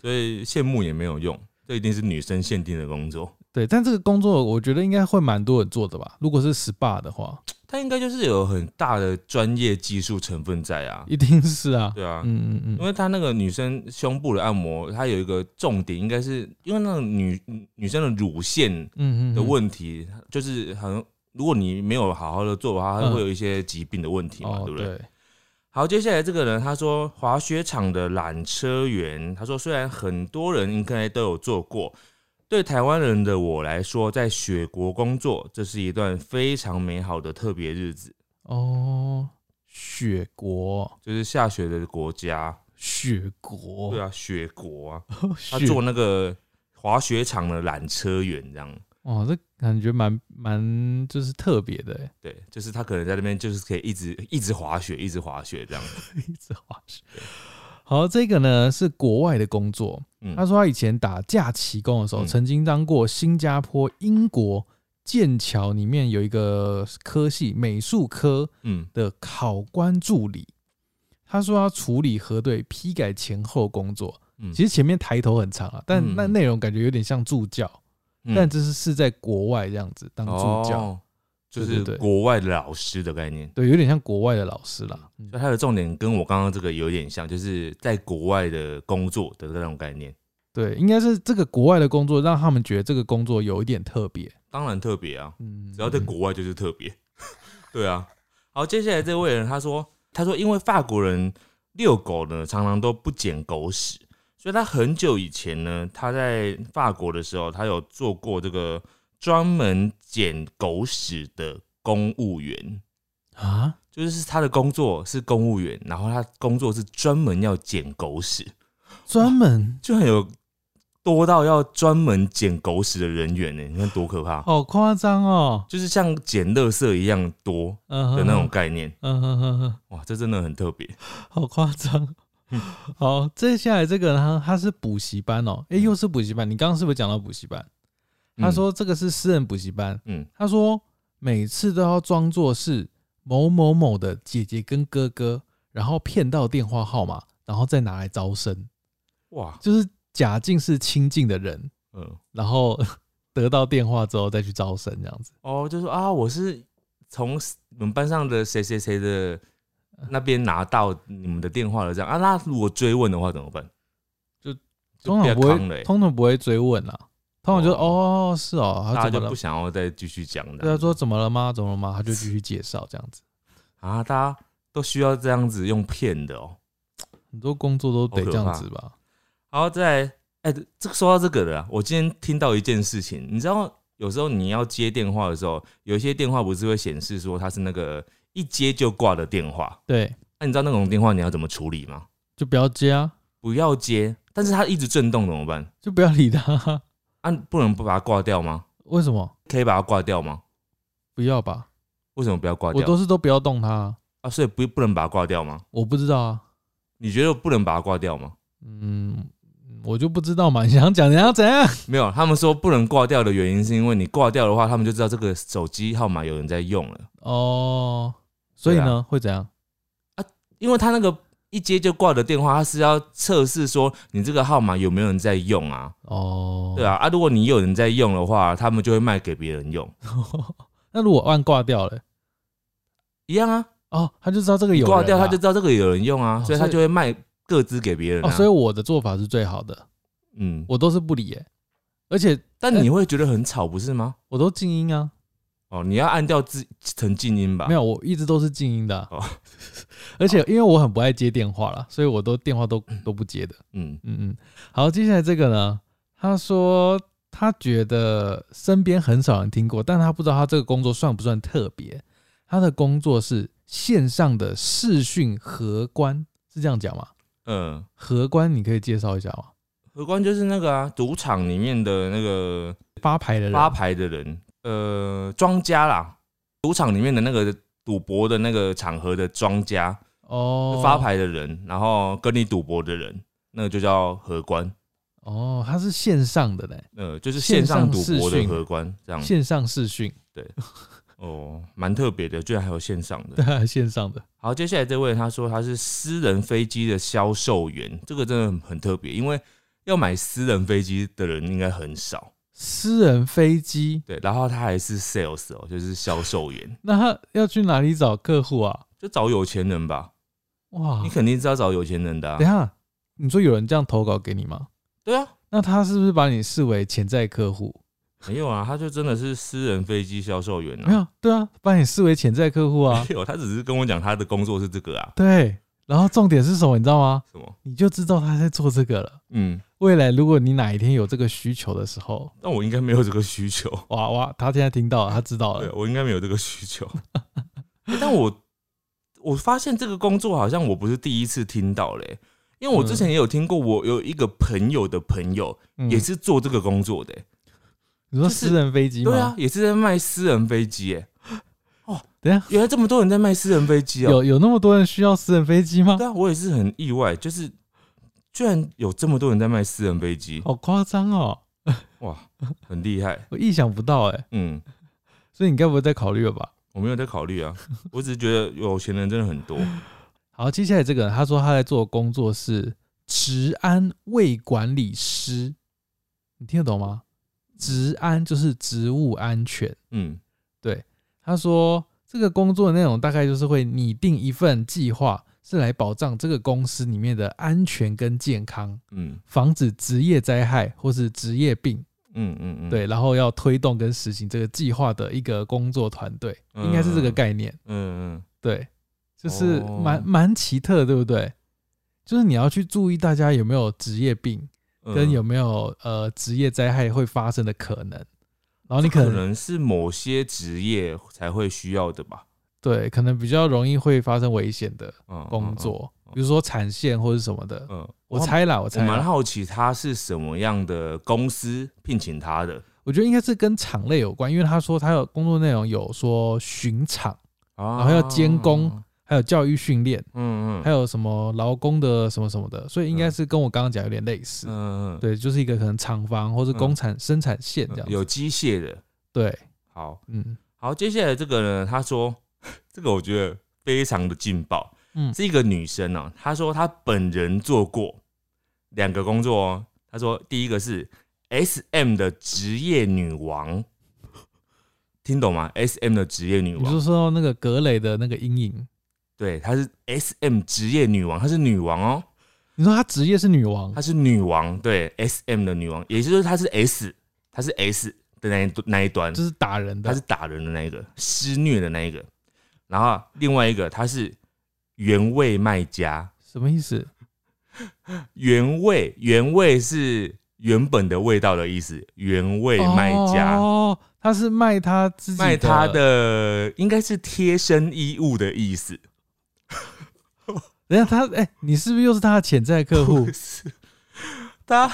Speaker 2: 所以羡慕也没有用，这一定是女生限定的工作。
Speaker 1: 对，但这个工作我觉得应该会蛮多人做的吧。如果是 SPA 的话，
Speaker 2: 它应该就是有很大的专业技术成分在啊，
Speaker 1: 一定是啊。
Speaker 2: 对啊，
Speaker 1: 嗯嗯嗯，
Speaker 2: 因为他那个女生胸部的按摩，它有一个重点，应该是因为那个女女女生的乳腺
Speaker 1: 嗯嗯
Speaker 2: 的问题，就是很如果你没有好好的做的话，它
Speaker 1: 嗯
Speaker 2: 会有一些疾病的问题
Speaker 1: 题
Speaker 2: 嘛，
Speaker 1: 哦，
Speaker 2: 对不对？
Speaker 1: 对，
Speaker 2: 好，接下来这个人他说，滑雪场的缆车员，他说虽然很多人应该都有做过，对台湾人的我来说，在雪国工作，这是一段非常美好的特别日子，
Speaker 1: 哦，雪国，
Speaker 2: 就是下雪的国家，
Speaker 1: 雪国，
Speaker 2: 对啊，雪国啊，他
Speaker 1: 雪，
Speaker 2: 做那个滑雪场的缆车员这样。
Speaker 1: 哦，这感觉蛮蛮就是特别的欸，
Speaker 2: 对，就是他可能在那边就是可以一直一直滑雪，一直滑雪这样。
Speaker 1: 一直滑雪。好，这个呢是国外的工作。
Speaker 2: 嗯，
Speaker 1: 他说他以前打假期工的时候，
Speaker 2: 嗯
Speaker 1: 曾经当过新加坡、英国剑桥里面有一个科系美术科
Speaker 2: 嗯
Speaker 1: 的考官助理。他说要处理核对批改前后工作，
Speaker 2: 嗯，
Speaker 1: 其实前面抬头很长啊，但
Speaker 2: 嗯
Speaker 1: 那内容感觉有点像助教。
Speaker 2: 嗯
Speaker 1: 但这是是在国外这样子当助教，
Speaker 2: 哦就
Speaker 1: 对
Speaker 2: 是
Speaker 1: 对对
Speaker 2: 国外的老师的概念。
Speaker 1: 对，有点像国外的老师啦。嗯
Speaker 2: 所以它的重点跟我刚刚这个有点像，就是在国外的工作的那种概念，
Speaker 1: 对，应该是这个国外的工作让他们觉得这个工作有一点特别。
Speaker 2: 当然特别啊，
Speaker 1: 嗯，
Speaker 2: 只要在国外就是特别。 对啊，好，接下来这位人他说，他说因为法国人遛狗呢，常常都不捡狗屎，所以他很久以前呢，他在法国的时候，他有做过这个专门捡狗屎的公务员。
Speaker 1: 啊，
Speaker 2: 就是他的工作是公务员，然后他工作是专门要捡狗屎，
Speaker 1: 专门
Speaker 2: 就很有多到要专门捡狗屎的人员呢，你看多可怕！
Speaker 1: 好夸张哦，
Speaker 2: 就是像捡垃圾一样多
Speaker 1: 嗯
Speaker 2: 的那种，概念，
Speaker 1: 嗯哼哼哼，
Speaker 2: 哇，这真的很特别。
Speaker 1: 好夸张。哦
Speaker 2: 嗯
Speaker 1: 好，接下来这个呢，他是补习班哦，诶，又是补习班。你刚刚是不是讲到补习班？
Speaker 2: 嗯
Speaker 1: 他说这个是私人补习班，
Speaker 2: 嗯
Speaker 1: 他说每次都要装作是某某某的姐姐跟哥哥，然后骗到电话号码，然后再拿来招生，
Speaker 2: 哇，
Speaker 1: 就是假定是亲近的人，
Speaker 2: 嗯，
Speaker 1: 然后 得到电话之后再去招生这样子。
Speaker 2: 哦，就说啊，我是从你们班上的谁谁谁的
Speaker 1: 呃
Speaker 2: 那边拿到你们的电话了，这样啊，那如果追问的话怎么办？
Speaker 1: 就
Speaker 2: 就
Speaker 1: 通
Speaker 2: 比较
Speaker 1: 常不
Speaker 2: 坑
Speaker 1: 会，
Speaker 2: 了欸，
Speaker 1: 通常不会追问啦，通常就哦是哦，他
Speaker 2: 大家
Speaker 1: 怎
Speaker 2: 就
Speaker 1: 么
Speaker 2: 不
Speaker 1: 了？
Speaker 2: 想要再继续讲的。
Speaker 1: 对他说怎么了吗？怎么了吗？他就继续介绍这样子。
Speaker 2: 啊，大家都需要这样子用骗的哦。
Speaker 1: 很多工作都得
Speaker 2: 好可
Speaker 1: 这样
Speaker 2: 怕
Speaker 1: 子吧？
Speaker 2: 好，再来，哎、这个说到这个了啊，我今天听到一件事情，你知道，有时候你要接电话的时候，有一些电话不是会显示说它是那个一接就挂的电话，
Speaker 1: 对，
Speaker 2: 那、你知道那种电话你要怎么处理吗？
Speaker 1: 就不要接啊，
Speaker 2: 不要接，但是它一直震动怎么办？
Speaker 1: 就不要理他。
Speaker 2: 啊，不能不把它挂掉吗？
Speaker 1: 为什么
Speaker 2: 可以把它挂掉吗？
Speaker 1: 不要吧？
Speaker 2: 为什么不要挂
Speaker 1: 我都
Speaker 2: 掉？
Speaker 1: 是都不要动它啊，
Speaker 2: 啊，所以不不能把它挂掉吗？
Speaker 1: 我不知道啊。
Speaker 2: 你觉得不能把它挂掉吗？
Speaker 1: 嗯，我就不知道嘛，你想讲你要怎样？
Speaker 2: 没有，他们说不能挂掉的原因是因为你挂掉的话，他们就知道这个手机号码有人在用了。
Speaker 1: 哦，所以
Speaker 2: 对啊
Speaker 1: 呢、会怎样？
Speaker 2: 因为他那个一接就挂的电话，他是要测试说你这个号码有没有人在用啊？
Speaker 1: 哦，
Speaker 2: 对啊，啊，如果你有人在用的话，他们就会卖给别人用，
Speaker 1: 那如果按挂掉了，
Speaker 2: 一样啊，
Speaker 1: 哦，他就知道这个有人啊
Speaker 2: 挂掉他就知道这个有人用啊，
Speaker 1: 哦
Speaker 2: 所以他
Speaker 1: 所以
Speaker 2: 就会卖各自给别人、啊
Speaker 1: 哦，所以我的做法是最好的，
Speaker 2: 嗯，
Speaker 1: 我都是不理耶、而且哎
Speaker 2: 但你会觉得很吵，不是吗？
Speaker 1: 我都静音啊，
Speaker 2: 哦，你要按掉自成静音吧？
Speaker 1: 没有，我一直都是静音的啊、
Speaker 2: 啊哦
Speaker 1: 而且因为我很不爱接电话啦，所以我都电话 都都不接的。
Speaker 2: 嗯，
Speaker 1: 嗯嗯，好，接下来这个呢，他说他觉得身边很少人听过，但他不知道他这个工作算不算特别。他的工作是线上的视讯荷官，是这样讲吗？
Speaker 2: 嗯，
Speaker 1: 荷官你可以介绍一下吗？
Speaker 2: 荷官就是那个啊，赌场里面的那个
Speaker 1: 发牌的人，
Speaker 2: 发牌的人，呃，庄家啦，赌场里面的那个赌博的那个场合的庄家，
Speaker 1: 哦，
Speaker 2: 发牌的人，然后跟你赌博的人，那个就叫荷官，
Speaker 1: 哦，他是线上的嘞，
Speaker 2: 呃，就是
Speaker 1: 线
Speaker 2: 线
Speaker 1: 上
Speaker 2: 上赌博
Speaker 1: 视
Speaker 2: 的
Speaker 1: 讯
Speaker 2: 荷官这样。
Speaker 1: 线上视讯，
Speaker 2: 哦，蛮特别的，居然还有线上的
Speaker 1: 对。啊，线上的，
Speaker 2: 好，接下来这位他说他是私人飞机的销售员，这个真的很特别，因为要买私人飞机的人应该很少。
Speaker 1: 私人飞机，
Speaker 2: 对，然后他还是 sales 哦，就是销售员，
Speaker 1: 那他要去哪里找客户啊？
Speaker 2: 就找有钱人吧。
Speaker 1: 哇
Speaker 2: 你，肯定是要找有钱人的、啊
Speaker 1: 等一。下，你说有人这样投稿给你吗？
Speaker 2: 对啊，
Speaker 1: 那他是不是把你视为潜在客户？
Speaker 2: 没有啊，他就真的是私人飞机销售员
Speaker 1: 没
Speaker 2: 啊。
Speaker 1: 有，对啊，把你视为潜在客户啊
Speaker 2: 没。有，他只是跟我讲他的工作是这个啊。
Speaker 1: 对，然后重点是什么，你知道吗？
Speaker 2: 什么？
Speaker 1: 你就知道他在做这个了。
Speaker 2: 嗯，
Speaker 1: 未来如果你哪一天有这个需求的时候，
Speaker 2: 但我应该没有这个 需求。
Speaker 1: 哇哇，他现在听到了，他知道
Speaker 2: 对
Speaker 1: 了。
Speaker 2: 我应该没有这个需求。 欸但我我发现这个工作好像我不是第一次听到嘞、因为我之前也有听过，我有一个朋友的朋友
Speaker 1: 嗯
Speaker 2: 也是做这个工作的欸、
Speaker 1: 你说
Speaker 2: 就是
Speaker 1: 私人飞机吗？
Speaker 2: 对啊，，也是在卖私人飞机哎、哦，
Speaker 1: 等一下，
Speaker 2: 原来这么多人在卖私人飞机哦、
Speaker 1: 有有那么多人需要私人飞机吗？
Speaker 2: 对啊，我也是很意外，就是居然有这么多人在卖私人飞机，
Speaker 1: 好夸张哦，
Speaker 2: 哇，很厉害。
Speaker 1: 我意想不到哎、
Speaker 2: 嗯，
Speaker 1: 所以你该不会在考虑了吧？
Speaker 2: 我没有在考虑啊，我只是觉得有钱人真的很多。
Speaker 1: 好，接下来这个人他说他在做的工作是治安卫管理师，你听得懂吗？治安就是职务安全。
Speaker 2: 嗯，
Speaker 1: 他说这个工作内容大概就是会拟定一份计划，是来保障这个公司里面的安全跟健康，
Speaker 2: 嗯
Speaker 1: 防止职业灾害或是职业病。
Speaker 2: 嗯嗯嗯，，
Speaker 1: 对，然后要推动跟实行这个计划的一个工作团队，应该是这个
Speaker 2: 嗯
Speaker 1: 概念。
Speaker 2: 嗯嗯。
Speaker 1: 对，就是
Speaker 2: 哦
Speaker 1: 蛮蛮奇特的，对不对？就是你要去注意大家有没有职业病，跟
Speaker 2: 嗯
Speaker 1: 有没有呃职业灾害会发生的可能，然后你
Speaker 2: 可
Speaker 1: 可能
Speaker 2: 能是某些职业才会需要的吧。
Speaker 1: 对可能比较容易会发生危险的
Speaker 2: 嗯，
Speaker 1: 工作
Speaker 2: 嗯，
Speaker 1: 比如说产线或是什么的。
Speaker 2: 嗯，嗯，
Speaker 1: 我猜啊啦，我
Speaker 2: 我
Speaker 1: 猜
Speaker 2: 蛮
Speaker 1: 啦，
Speaker 2: 好奇他是什么样的公司聘请他的
Speaker 1: 我觉得应该是跟厂类有关，因为他说他有工作内容有说巡场，
Speaker 2: 啊
Speaker 1: 然后要监工。还有教育训练，
Speaker 2: 嗯嗯，
Speaker 1: 还有什么劳工的什么什么的，所以应该
Speaker 2: 嗯
Speaker 1: 是跟我刚刚讲有点类似。
Speaker 2: 嗯嗯，
Speaker 1: 对，就是一个可能厂房或是工厂、生产线这样
Speaker 2: 嗯，
Speaker 1: 子。
Speaker 2: 有机械的。
Speaker 1: 对，
Speaker 2: 好
Speaker 1: 嗯
Speaker 2: 好，接下来这个呢，他说 这个我觉得非常的劲爆。
Speaker 1: 嗯
Speaker 2: 是一个女生啊，她说她本人做过两个工作哦。她说第一个是 S M 的职业女王，听懂吗？S M 的职业女
Speaker 1: 你
Speaker 2: 王，
Speaker 1: 就说那个格雷的那个阴影，
Speaker 2: 对，她是 S M 职业女王，她是女王哦，
Speaker 1: 你说她职业是女王
Speaker 2: 她，是女王，对，S M 的女王，也就是她是 S，她是 S 的那一那一端
Speaker 1: 就，是打人
Speaker 2: 她
Speaker 1: 的
Speaker 2: 是，打人的那一个，施虐的那一个，然后另外一个她是原味卖家，
Speaker 1: 什么意思？
Speaker 2: 原味，原味是原本的味道的意思，原味卖家。
Speaker 1: 哦，她是卖她自己
Speaker 2: 卖他，的应该是贴身衣物的意思，
Speaker 1: 等一下她哎、你是不是又是她的潜在客 户
Speaker 2: 不？是他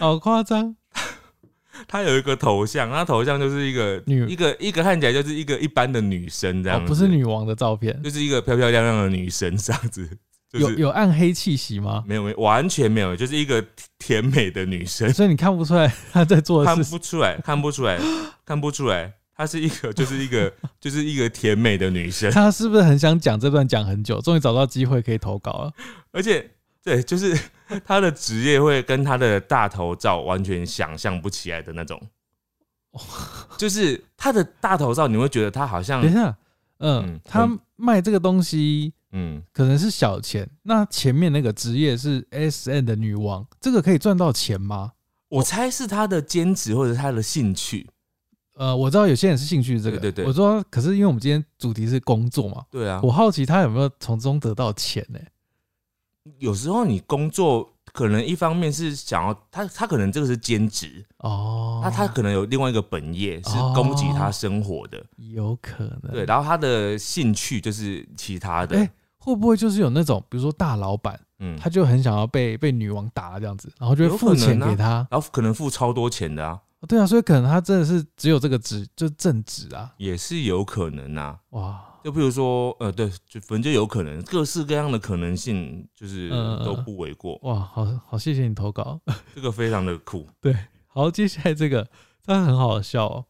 Speaker 1: 好夸张，
Speaker 2: 他有一个头像，他头像就是一个
Speaker 1: 女
Speaker 2: 一个一个看起来就是一个一般的女生这
Speaker 1: 哦
Speaker 2: 样、，
Speaker 1: 不是，女王的照片，
Speaker 2: 就是一个漂漂亮亮的女生这样子，就
Speaker 1: 有
Speaker 2: 是
Speaker 1: 有暗黑气息吗？
Speaker 2: 没有没有完全没有，就是一个甜美的女生，
Speaker 1: 所以你看不出来她在做的
Speaker 2: 看
Speaker 1: 事情
Speaker 2: 不出来，看不出来，看不出来，她是一个就是一个就是一个甜美的女生，
Speaker 1: 她是不是很想讲这段讲很久，终于找到机会可以投稿了？
Speaker 2: 而且 对，就是她的职业会跟她的大头照完全想象不起来的那种，
Speaker 1: 哦
Speaker 2: 就是她的大头照，你会觉得她好像
Speaker 1: 等一下，嗯
Speaker 2: 嗯，
Speaker 1: 她
Speaker 2: 很
Speaker 1: 卖这个东西
Speaker 2: 嗯，
Speaker 1: 可能是小钱，那前面那个职业是 S N 的女王，这个可以赚到钱吗？
Speaker 2: 我猜是她的兼职或者她的兴趣，
Speaker 1: 呃，我知道有些人是兴趣这个，
Speaker 2: 对对对
Speaker 1: 我说，可是因为我们今天主题是工作嘛，
Speaker 2: 对啊，
Speaker 1: 我好奇他有没有从中得到钱呢、
Speaker 2: 有时候你工作可能一方面是想要他，他可能这个是兼职，
Speaker 1: 哦，
Speaker 2: 那他可能有另外一个本业是供给他生活的，
Speaker 1: 有可能
Speaker 2: 对，然后他的兴趣就是其他的，
Speaker 1: 哎会不会就是有那种，比如说大老板，
Speaker 2: 嗯，
Speaker 1: 他就很想要被被女王打这样子，然后就会
Speaker 2: 有
Speaker 1: 付
Speaker 2: 可
Speaker 1: 钱
Speaker 2: 能啊
Speaker 1: 给他。
Speaker 2: 然后可能付超多钱的啊，
Speaker 1: 对啊，所以可能他真的是只有这个职，就正职啊，
Speaker 2: 也是有可能啊。
Speaker 1: 哇，
Speaker 2: 就比如说，呃，对，就反正就有可能，各式各样的可能性，就是
Speaker 1: 嗯嗯嗯
Speaker 2: 都不为过。
Speaker 1: 哇，好好谢谢你投稿。
Speaker 2: 这个非常的酷，
Speaker 1: 好，接下来这个他很好笑哦，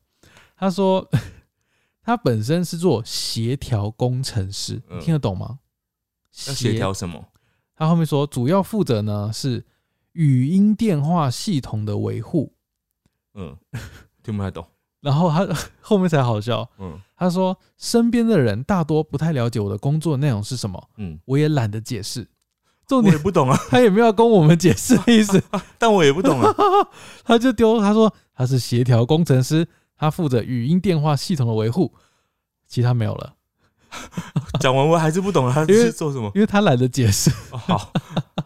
Speaker 1: 他说 他本身是做协调工程师，你
Speaker 2: 嗯
Speaker 1: 听得懂吗？
Speaker 2: 要协调什么？
Speaker 1: 他后面说，主要负责呢是语音电话系统的维护。
Speaker 2: 嗯，听不太懂。
Speaker 1: 然后他 后面才好笑，
Speaker 2: 嗯
Speaker 1: 他说身边的人大多不太了解我的工作内容是什么，
Speaker 2: 嗯，
Speaker 1: 我也懒得解释。重
Speaker 2: 我也
Speaker 1: 点
Speaker 2: 不懂啊，
Speaker 1: 他也没有跟我们解释的意思，
Speaker 2: 但我也不懂啊。
Speaker 1: 他就丢他说他是协调工程师，他负责语音电话系统的维护，其他没有了，
Speaker 2: 讲完我还是不懂啊他
Speaker 1: 因为
Speaker 2: 是做什么。
Speaker 1: 因为他懒得解释。
Speaker 2: 哦好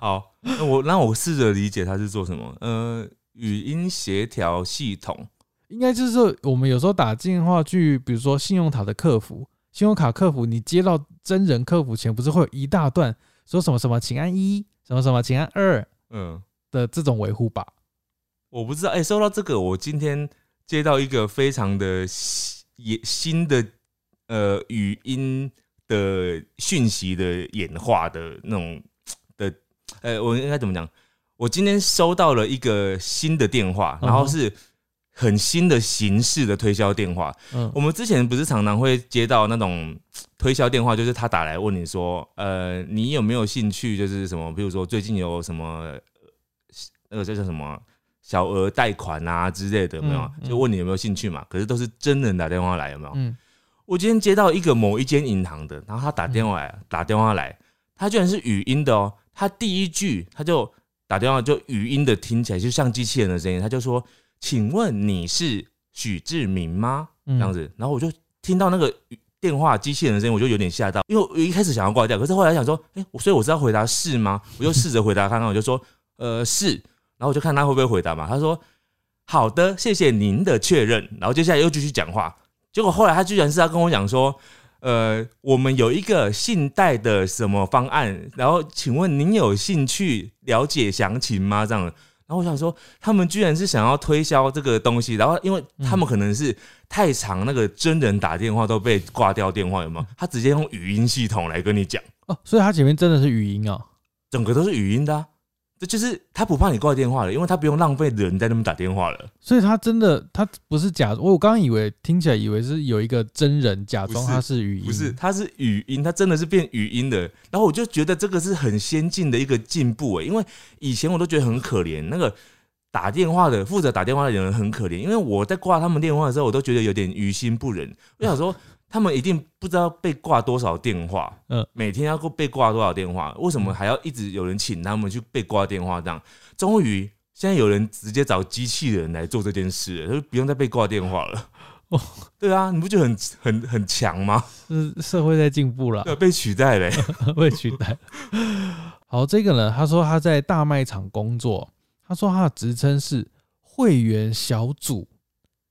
Speaker 2: 好，那我让我试着理解他是做什么。呃，语音协调系统，
Speaker 1: 应该就是说我们有时候打电话去，比如说信用卡的客服、信用卡客服，你接到真人客服前，不是会有一大段说什么什么，请按一，什么什么，请按二
Speaker 2: 嗯，
Speaker 1: 的这种维护吧？
Speaker 2: 我不知道。哎、说到这个，我今天接到一个非常的新也新的呃语音的讯息的演化的那种的，呃，我应该怎么讲？我今天收到了一个新的电话，然后
Speaker 1: 嗯哼
Speaker 2: 是很新的形式的推销电话，
Speaker 1: 嗯
Speaker 2: 我，们之前不是常常会接到那种推销电话，就是他打来问你说，呃，你有没有兴趣？就是什么，比如说最近有什么呃那个叫叫什么小额贷款啊之类的，有没有？
Speaker 1: 嗯嗯
Speaker 2: 就问你有没有兴趣嘛？可是都是真人打电话来，有没有？
Speaker 1: 嗯，
Speaker 2: 我今天接到一个某一间银行的，然后他打电话来，
Speaker 1: 嗯
Speaker 2: 打电话来，他居然是语音的哦。他第一句他就打电话，就语音的听起来就像机器人的声音，他就说：“请问你是许志明吗？”
Speaker 1: 嗯
Speaker 2: 这样子，然后我就听到那个语电话机器人的声音，我就有点吓到，因为我一开始想要挂掉，可是后来想说，哎、我所以我是要回答是吗？我就试着回答看看，我就说，呃，是，然后我就看他会不会回答嘛。他说，好的，谢谢您的确认，然后接下来又继续讲话，结果后来他居然是要跟我讲说。呃，我们有一个信贷的什么方案，然后请问您有兴趣了解详情吗？这样，然后我想说，他们居然是想要推销这个东西，然后因为他们可能是太长，那个真人打电话都被挂掉电话，有没有？他直接用语音系统来跟你讲，
Speaker 1: 哦，所以他前面真的是语音哦。
Speaker 2: 整个都是语音的、啊，这就是他不怕你挂电话了，因为他不用浪费人在那边打电话了。
Speaker 1: 所以他真的，他不是假，我我刚刚以为听起来以为是有一个真人假装他是语音，
Speaker 2: 不是，它是语音，它真的是变语音的。然后我就觉得这个是很先进的一个进步欸诶、因为以前我都觉得很可怜，那个打电话的负责打电话的人很可怜，因为我在挂他们电话的时候，我都觉得有点于心不忍。我想说，他们一定不知道被挂多少电话，
Speaker 1: 嗯
Speaker 2: 嗯，每天要被挂多少电话，为什么还要一直有人请他们去被挂电话这样？终于。现在有人直接找机器人来做这件事了，就不用再被挂电话了。
Speaker 1: 哦
Speaker 2: 哦，对啊，你不觉得很很很强吗？
Speaker 1: 是社会在进步了，
Speaker 2: 对，被取代嘞、
Speaker 1: 被取代。 好，这个呢，他说他在大卖场工作，他说他的职称是会员小组，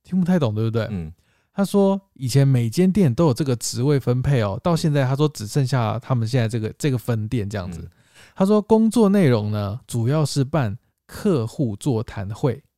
Speaker 1: 听不太懂，对不对？
Speaker 2: 嗯，
Speaker 1: 他说以前每间店都有这个职位分配哦，到现在他说只剩下他们现在这个这个分店这
Speaker 2: 这
Speaker 1: 样子。他说工作内容呢，主要是办客户座谈会。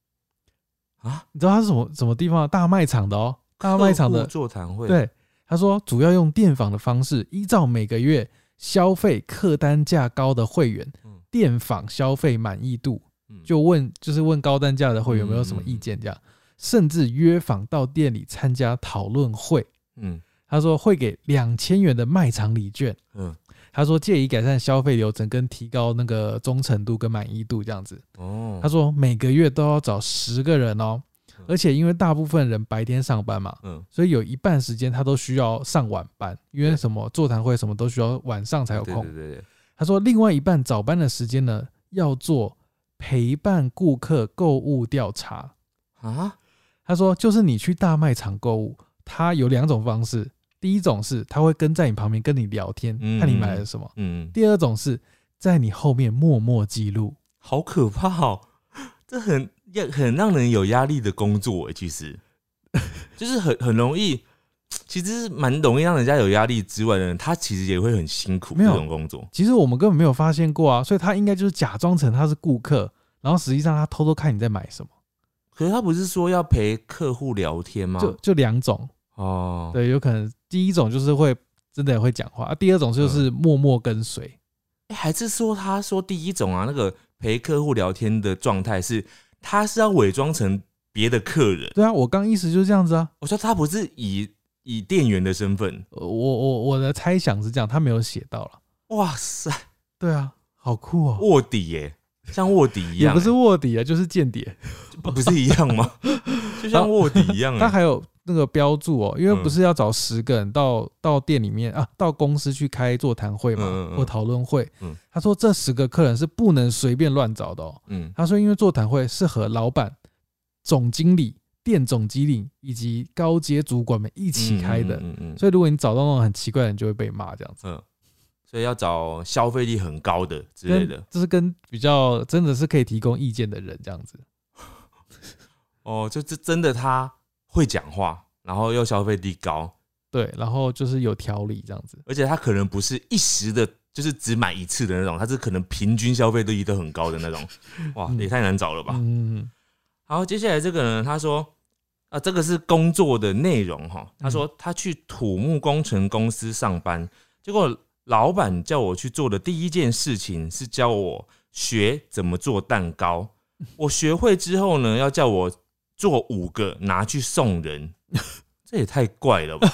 Speaker 2: 啊，
Speaker 1: 你知道他是什么什么地方啊？大卖场的哦，大卖场
Speaker 2: 客
Speaker 1: 的
Speaker 2: 户座谈会，，
Speaker 1: 对，他说主要用电访的方式，依照每个月消费客单价高的会员
Speaker 2: 嗯，
Speaker 1: 电访消费满意度，
Speaker 2: 嗯
Speaker 1: 就问就是问高单价的会员有没有什么意见这样，甚至约访到店里参加讨论会。
Speaker 2: 嗯
Speaker 1: 他说会给两千元的卖场礼券。
Speaker 2: 嗯
Speaker 1: 他说借以改善消费流程跟提高那个忠诚度跟满意度这样子。
Speaker 2: 哦，
Speaker 1: 他说每个月都要找十个人哦
Speaker 2: 嗯，
Speaker 1: 而且因为大部分人白天上班嘛，
Speaker 2: 嗯
Speaker 1: 所以有一半时间他都需要上晚班，因为什么座谈会什么都需要晚上才有
Speaker 2: 对
Speaker 1: 空
Speaker 2: 对。对对，
Speaker 1: 他说另外一半早班的时间呢，要做陪伴顾客购物调查。
Speaker 2: 啊，
Speaker 1: 他说，就是你去大卖场购物，他有两种方式，第一种是他会跟在你旁边跟你聊天，
Speaker 2: 嗯
Speaker 1: 看你买了什么；
Speaker 2: 嗯，
Speaker 1: 第二种是在你后面默默记录。
Speaker 2: 好可怕哦！ 这很也很让人有压力的工作欸诶，其实 就是很很容易，其实是蛮容易让人家有压力之外的人，他其实也会很辛苦
Speaker 1: 没
Speaker 2: 这
Speaker 1: 有
Speaker 2: 种工作。
Speaker 1: 其实我们根本没有发现过啊，所以他应该就是假装成他是顾客，然后实际上他偷偷看你在买什么，
Speaker 2: 可是他不是说要陪客户聊天吗？
Speaker 1: 就就两种。
Speaker 2: 哦，
Speaker 1: 对，有可能第一种就是会真的会讲话，啊、第二
Speaker 2: 嗯
Speaker 1: 种就是默默跟随。
Speaker 2: 诶还是说他说第一种啊，那个陪客户聊天的状态是，他是要伪装成别的客人。
Speaker 1: 对啊，我刚意思就是这样子啊。
Speaker 2: 我说他不是以以店员的身份，
Speaker 1: 呃我我我的猜想是这样，他没有写到了。
Speaker 2: 哇塞，
Speaker 1: 对啊，好酷哦、
Speaker 2: 卧底耶、像卧底一
Speaker 1: 也
Speaker 2: 样、
Speaker 1: 不
Speaker 2: 欸
Speaker 1: 是卧底啊，就是间谍。
Speaker 2: 不不是一样吗？就像卧底一 样、
Speaker 1: 他
Speaker 2: 欸。
Speaker 1: 还有那个标注哦、因为
Speaker 2: 嗯
Speaker 1: 不是要找十个人到到店里面啊，到公司去开座谈会嘛，
Speaker 2: 嗯嗯嗯
Speaker 1: 或讨论会。
Speaker 2: 嗯
Speaker 1: 他说这十个客人是不能随便乱找的哦、
Speaker 2: 嗯，
Speaker 1: 他说，因为座谈会是和老板、总经理、店总经理以及高阶主管们一起开的，
Speaker 2: 嗯嗯嗯嗯
Speaker 1: 所以如果你找到那种很奇怪的人，就会被骂这样子。
Speaker 2: 嗯所以要找消费力很高的之类
Speaker 1: 跟
Speaker 2: 的。
Speaker 1: 就是跟比较真的是可以提供意见的人这样子，
Speaker 2: 哦，就这真的他会讲话，然后又消费力高，
Speaker 1: 对，然后就是有条理这样子。
Speaker 2: 而且他可能不是一时的，就是只买一次的那种，他是可能平均消费力都很高的那种。哇，
Speaker 1: 嗯
Speaker 2: 也太难找了吧？
Speaker 1: 嗯，
Speaker 2: 好，接下来这个呢，他说，啊，这个是工作的内容哈。他
Speaker 1: 嗯
Speaker 2: 说他去土木工程公司上班，结果老板叫我去做的第一件事情是教我学怎么做蛋糕。 我学会之后呢，要叫我做五个拿去 送人，这也太怪了吧？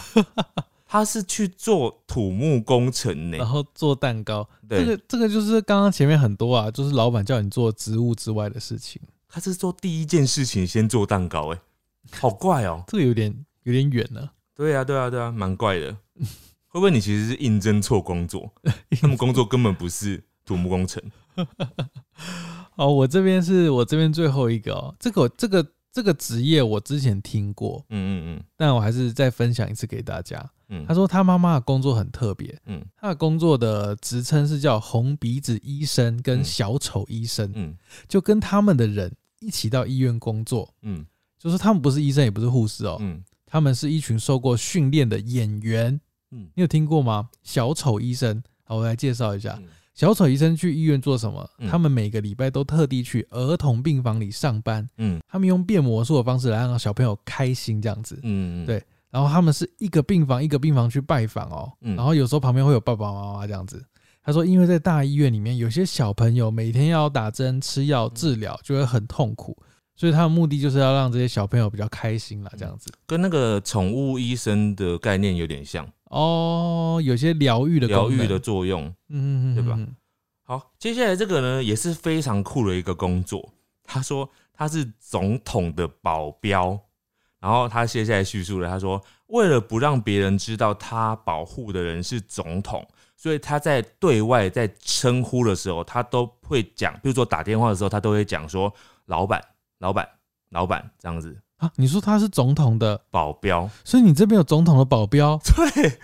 Speaker 2: 他是去做土木工程呢、
Speaker 1: 然后做蛋糕，
Speaker 2: 对
Speaker 1: 哦这个这个就是刚刚前面很多啊，就是老板叫你做职务之外的事情，
Speaker 2: 他是做第一件事情先做蛋糕、哎，好怪哦、
Speaker 1: 这个有点有点远了。
Speaker 2: 对啊，对啊，对啊，蛮 怪的。会不会你其实是应征错工作？他们工作根本不是土木工程。
Speaker 1: 哦，我这边是我这边最后一个哦，这个这个这个职业我之前听过，
Speaker 2: 嗯嗯
Speaker 1: 但我还是再分享一次给大家。
Speaker 2: 嗯嗯，
Speaker 1: 他说他妈妈的工作很特别，
Speaker 2: 嗯
Speaker 1: 他的工作的职称是叫红鼻子医生跟小丑医生，
Speaker 2: 嗯
Speaker 1: 就跟他们的人一起到医院工作，
Speaker 2: 嗯
Speaker 1: 就是他们不是医生也不是护士哦，
Speaker 2: 嗯，
Speaker 1: 他们是一群受过训练的演员。
Speaker 2: 嗯
Speaker 1: 你有听过吗？小丑医生，好，我来介绍一下
Speaker 2: 嗯。
Speaker 1: 小丑医生去医院做什么？
Speaker 2: 嗯
Speaker 1: 他们每个礼拜都特地去儿童病房里上班，
Speaker 2: 嗯
Speaker 1: 他们用变魔术的方式来让小朋友开心，这样子。
Speaker 2: 嗯，
Speaker 1: 对然后他们是一个病房一个病房去拜访哦，
Speaker 2: 嗯
Speaker 1: 然后有时候旁边会有爸爸妈妈这样子。他说，因为在大医院里面，有些小朋友每天要打针、吃药、治疗，就会很痛苦，所以他的目的就是要让这些小朋友比较开心啦，这样子。
Speaker 2: 跟那个宠物医生的概念有点像，
Speaker 1: 哦，有些疗愈的
Speaker 2: 疗
Speaker 1: 功能
Speaker 2: 愈的，作用。
Speaker 1: 嗯，嗯嗯嗯
Speaker 2: 对吧
Speaker 1: 嗯
Speaker 2: 好，接下来这个呢也是非常酷的一个工作。他说他是总统的保镖，然后他接下来叙述了，他说为了不让别人知道他保护的人是总统，所以他在对外在称呼的时候，他都会讲，比如说打电话的时候，他都会讲说老板、老板、老板这样子。
Speaker 1: 啊，你说他是总统的，
Speaker 2: 保镖，
Speaker 1: 所以你这边有总统的保镖，
Speaker 2: 对，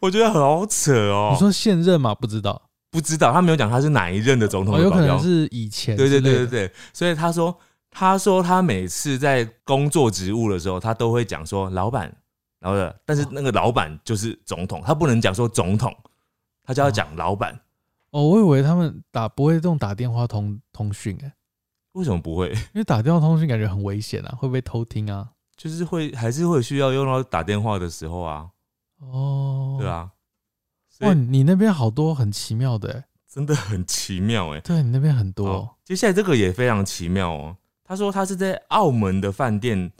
Speaker 2: 我觉得很好扯哦。
Speaker 1: 你说现任嘛？不知道，
Speaker 2: 不知道，他没有讲他是哪一任的总统
Speaker 1: 哦，
Speaker 2: 的
Speaker 1: 有
Speaker 2: 保
Speaker 1: 可
Speaker 2: 镖
Speaker 1: 能，是以前
Speaker 2: 对对
Speaker 1: 之类
Speaker 2: 对对
Speaker 1: 的，
Speaker 2: 对，所以他说，他说他每次在工作职务的时候，他都会讲说老板，然后呢，但
Speaker 1: 哦
Speaker 2: 是那个老板就是总统，他不能讲说总统，他就要讲老板。
Speaker 1: 哦，我以为他们打不会用打电话通通讯哎、
Speaker 2: 为什么不会？
Speaker 1: 因为打电话通讯感觉很危险啊，会被偷听啊。
Speaker 2: 就是会还是会需要用到打电话的时候啊，
Speaker 1: 哦，
Speaker 2: 对，啊，所
Speaker 1: 哇，
Speaker 2: 以
Speaker 1: 你那边好多很奇妙的、欸，
Speaker 2: 真的很奇妙哎、
Speaker 1: 对你那边很
Speaker 2: 好
Speaker 1: 多，
Speaker 2: 接下来这个也非常奇妙哦。他说他是在澳门的饭店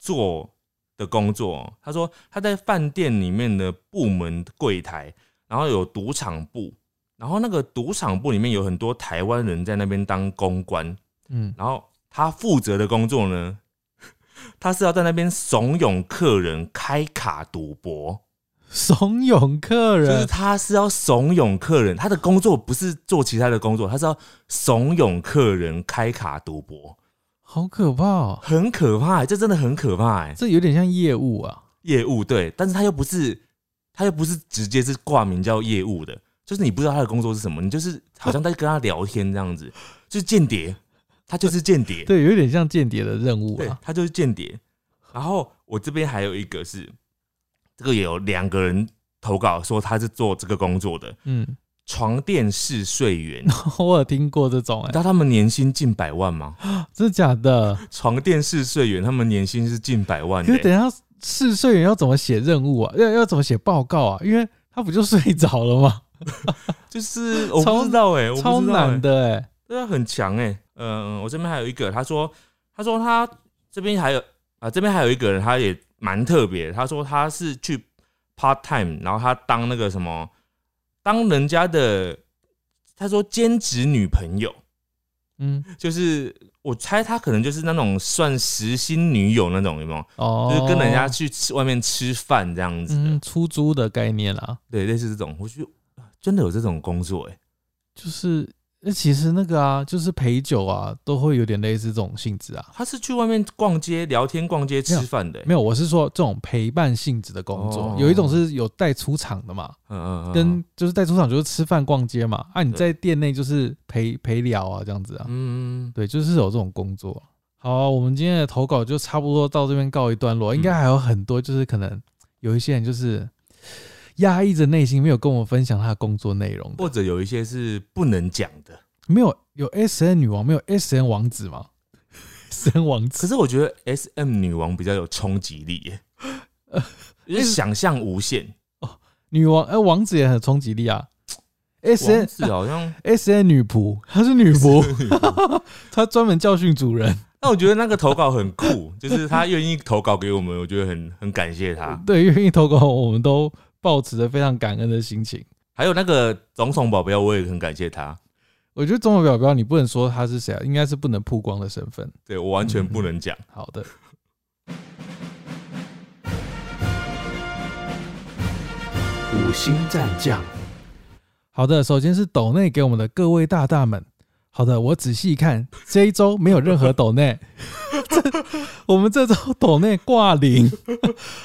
Speaker 2: 做的工作哦、他说他在饭店里面的部门柜台，然后有赌场部，然后那个赌场部里面有很多台湾人在那边当公关，
Speaker 1: 嗯，
Speaker 2: 然后他负责的工作呢， 他是要在那边怂恿客人开卡赌博。
Speaker 1: 怂恿客
Speaker 2: 就是
Speaker 1: 人，
Speaker 2: 他是要怂恿客人，他的工作不是做其他的工作，他是要怂恿客人开卡赌博。
Speaker 1: 好可怕哦！
Speaker 2: 很可怕、欸，这真的很可怕、欸。
Speaker 1: 这有点像业务啊，
Speaker 2: 业务对，但是他又不是，他又不是直接是挂名叫业务的，就是你不知道他的工作是什么，你就是好像在跟他聊天这样子， 就是间谍，他就是间谍，
Speaker 1: 对，有点像间谍的任务
Speaker 2: 对
Speaker 1: 啊，。
Speaker 2: 他就是间谍。然后我这边还有一个是，这个也有两个人投稿说他是做这个工作的
Speaker 1: 嗯，
Speaker 2: 床垫试睡员，
Speaker 1: 我有听过这种、
Speaker 2: 你知
Speaker 1: 欸，
Speaker 2: 道他们年薪近百万吗？
Speaker 1: 真的假的？
Speaker 2: 床垫试睡员他们年薪是近百万、欸
Speaker 1: 可是
Speaker 2: 的。
Speaker 1: 等一下试睡员要怎么写任务啊？要要怎么写报告啊？因为他不就睡着了吗？
Speaker 2: 就是我
Speaker 1: 超
Speaker 2: 不知道哎、我不知道
Speaker 1: 超
Speaker 2: 欸
Speaker 1: 难的哎、
Speaker 2: 对啊，很强哎、嗯、我这边还有一个，他说，他说他这边还有啊、这边还有一个人，他也蛮特别的。他说他是去 part time，然后他当那个什么，当人家的，他说兼职女朋友，
Speaker 1: 嗯，
Speaker 2: 就是我猜他可能就是那种算时薪女友那种，有没有？
Speaker 1: 哦，
Speaker 2: 就是跟人家去吃外面吃饭这样子的，
Speaker 1: 嗯出租的概念啊啦，
Speaker 2: 对，类似这种。我觉得啊真的有这种工作哎、
Speaker 1: 就是那其实那个啊，就是陪酒啊，都会有点类似这种性质啊。
Speaker 2: 他是去外面逛街、聊天、逛街、吃饭的、欸，
Speaker 1: 没有，我是说这种陪伴性质的工作，
Speaker 2: 哦
Speaker 1: 有一种是有带出场的嘛，
Speaker 2: 嗯嗯嗯，
Speaker 1: 跟就是带出场就是吃饭逛街嘛，啊你
Speaker 2: 对
Speaker 1: 在店内就是陪陪聊啊这样子啊，
Speaker 2: 嗯，
Speaker 1: 对，就是有这种工作。好啊、我们今天的投稿就差不多到这边告一段落，应该
Speaker 2: 嗯
Speaker 1: 还有很多，就是可能有一些人就是压抑着内心没有跟我分享他的工作内容的
Speaker 2: 或者有一些是不能讲的。
Speaker 1: 没有有 S N 女王，没有 S N 王子吗？S N 王
Speaker 2: 可
Speaker 1: 子
Speaker 2: 是我觉得 S M 女王比较有冲击力耶， 就是想象无限。
Speaker 1: 女王，哎、王子也很有冲击力啊。S
Speaker 2: 王
Speaker 1: N
Speaker 2: 子 好像
Speaker 1: S N 女仆，她是女仆，
Speaker 2: 女王
Speaker 1: 她专门教训主人。
Speaker 2: 那我觉得那个投稿很酷，就是他愿意投稿给我们，我觉得很很感谢他。
Speaker 1: 对，愿意投稿，我们都抱持着非常感恩的心情。
Speaker 2: 还有那个总统保镖，我也很感谢他。
Speaker 1: 我觉得中文表标，你不能说他是谁啊，应该是不能曝光的身份。
Speaker 2: 对我完全不能讲。
Speaker 1: 好的，
Speaker 3: 五星战将，
Speaker 1: 好的，首先是抖内给我们的各位大大们。好的，我仔细看，这一周没有任何抖内， 这我们这周抖内挂零。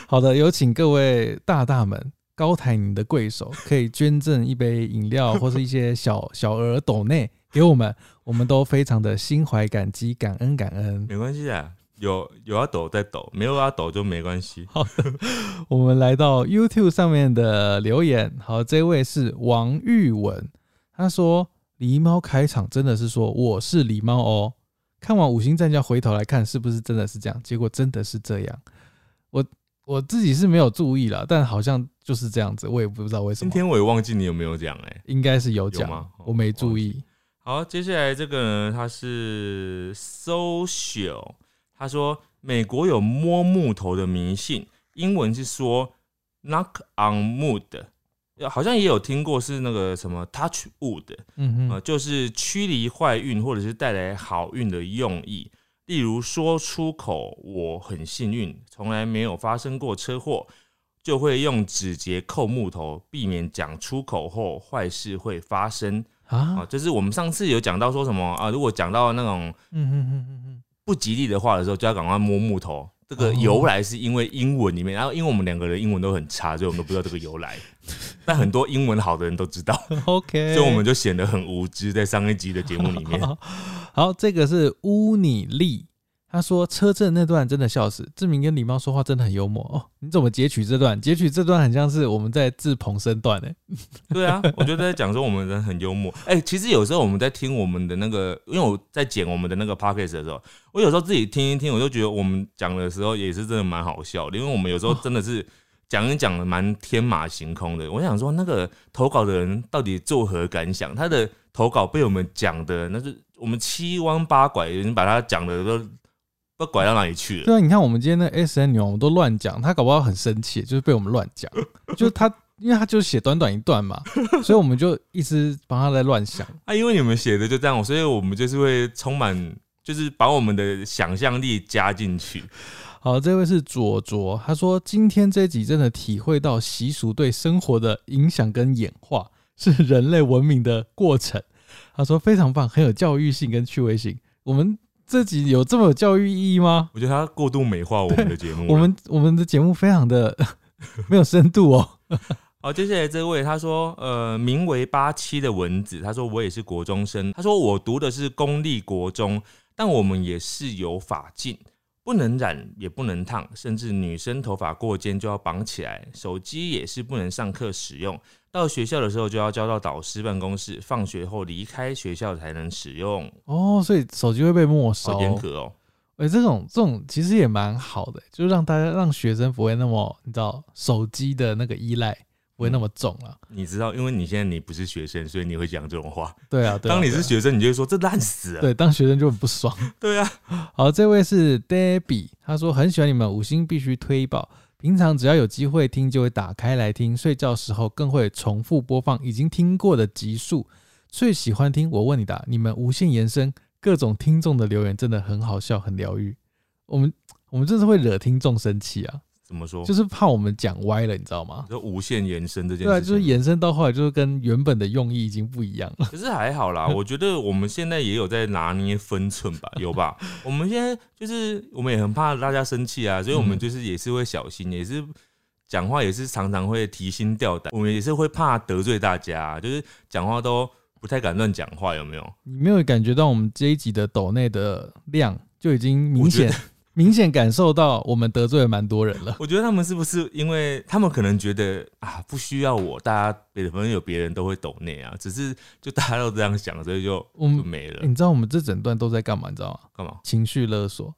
Speaker 1: 好的，有请各位大大们高抬你的贵手，可以捐赠一杯饮料或是一些小小额抖内给我们，我们都非常的心怀感激，感恩感恩。
Speaker 2: 没关系啊，有有要抖再抖，没有要抖就没关系。
Speaker 1: 我们来到 YouTube 上面的留言，好，这位是王玉文，他说狸猫开场真的是说我是狸猫哦，看完五星战将回头来看是不是真的是这样，结果真的是这样，我我自己是没有注意了，但好像就是这样子，我也不知道为什
Speaker 2: 今
Speaker 1: 么，
Speaker 2: 天我也忘记你有哦没有讲哎、
Speaker 1: 应该是有讲，
Speaker 2: 有吗哦
Speaker 1: 我没注意，
Speaker 2: 好，接下来这个呢，他是 social，他说美国有摸木头的迷信，英文是说 knock on wood，呃好像也有听过是那个什么 touch wood，
Speaker 1: 嗯
Speaker 2: 呃，
Speaker 1: 哼，
Speaker 2: 就是驱离坏运或者是带来好运的用意。例如说出口“我很幸运，从来没有发生过车祸”，就会用指节扣木头，避免讲出口后坏事会发生。啊，
Speaker 1: 啊，
Speaker 2: 就是我们上次有讲到说什么啊，如果讲到那种
Speaker 1: 嗯哼哼哼哼，
Speaker 2: 不吉利的话的时候，就要赶快摸木头。这个
Speaker 1: 哦
Speaker 2: 由来是因为英文里面，然后因为我们两个人英文都很差，所以我们都不知道这个由来。但很多英文好的人都知道，
Speaker 1: OK，
Speaker 2: 所以我们就显得很无知，在上一集的节目里面。
Speaker 1: 好，这个是乌尼利，他说车震那段真的笑死，志明跟狸猫说话真的很幽默哦。你怎么截取这段？截取这段很像是我们在自捧身段欸呢。
Speaker 2: 对啊，我觉得在讲说我们人很幽默。哎、其实有时候我们在听我们的那个，因为我在剪我们的那个 podcast 的时候，我有时候自己听一听，我就觉得我们讲的时候也是真的蛮好笑的，因为我们有时候真的是讲一讲的蛮天马行空的。我想说，那个投稿的人到底作何感想？他的投稿被我们讲的，那是我们七弯八拐，已经把他讲的都不知道拐到哪里去了。
Speaker 1: 对啊，你看我们今天的 S N 女王，我们都乱讲，她搞不好很生气，就是被我们乱讲，就是她。因为她就写短短一段嘛，所以我们就一直帮她在乱想。
Speaker 2: 啊，因为你们写的就这样，所以我们就是会充满，就是把我们的想象力加进去。
Speaker 1: 好，这位是左卓，他说今天这集真的体会到习俗对生活的影响跟演化，是人类文明的过程。他说非常棒，很有教育性跟趣味性。我们这集有这么有教育意义吗？
Speaker 2: 我觉得他过度美化我们的节目 了。
Speaker 1: 我们我们的节目非常的 没有深度哦。
Speaker 2: 好，接下来这位他说，呃，名为八七的蚊子，他说呃我也是国中生，他说我读的是公立国中，但我们也是有法禁，不能染也不能烫，甚至女生头发过肩就要绑起来，手机也是不能上课使用，到学校的时候就要交到导师办公室，放学后离开学校才能使用，
Speaker 1: 哦，所以手机会被没收
Speaker 2: 好。严格哦。
Speaker 1: 哎、这种这种其实也蛮好的，就是让大家让学生不会那么你知道手机的那个依赖不会那么重啊了、
Speaker 2: 你知道，因为你现在你不是学生，所以你会讲这种话。
Speaker 1: 对啊，对啊
Speaker 2: 当你
Speaker 1: 对
Speaker 2: 是
Speaker 1: 啊
Speaker 2: 学生，你就会说这烂死了。
Speaker 1: 对当学生就很不爽。
Speaker 2: 对啊，
Speaker 1: 好，这位是 Debbie，他说很喜欢你们，五星必须推爆。平常只要有机会听，就会打开来听，睡觉时候更会重复播放已经听过的集数。最喜欢听我问你答，你们无限延伸各种听众的留言，真的很好笑，很疗愈。我们我们真是会惹听众生气啊，
Speaker 2: 怎么说？
Speaker 1: 就是是怕我们讲歪了，你知道吗？
Speaker 2: 就无限延伸哦这件
Speaker 1: 对啊，
Speaker 2: 事情。
Speaker 1: 就是延伸到后来，就是跟原本的用意已经不一样了。
Speaker 2: 可是还好啦，我觉得我们现在也有在拿捏分寸吧，有吧？我们现在就是我们也很怕大家生气啊，所以我们
Speaker 1: 嗯
Speaker 2: 就是也是会小心，也是讲话也是常常会提心吊胆，我们也是会怕得罪大家啊、就是讲话都不太敢乱讲话，有没有？
Speaker 1: 你没有感觉到我们这一集的抖内的量就已经明显
Speaker 2: 我
Speaker 1: 明显感受到我们得罪了蛮多人了。
Speaker 2: 我觉得他们是不是因为他们可能觉得啊不需要我，大家别的朋友有别人都会抖内啊，只是就大家都这样想，所以就
Speaker 1: 我
Speaker 2: 就
Speaker 1: 们、
Speaker 2: 没了
Speaker 1: 欸，你知道我们这整段都在干嘛？你知道吗？
Speaker 2: 干嘛？
Speaker 1: 情绪勒索。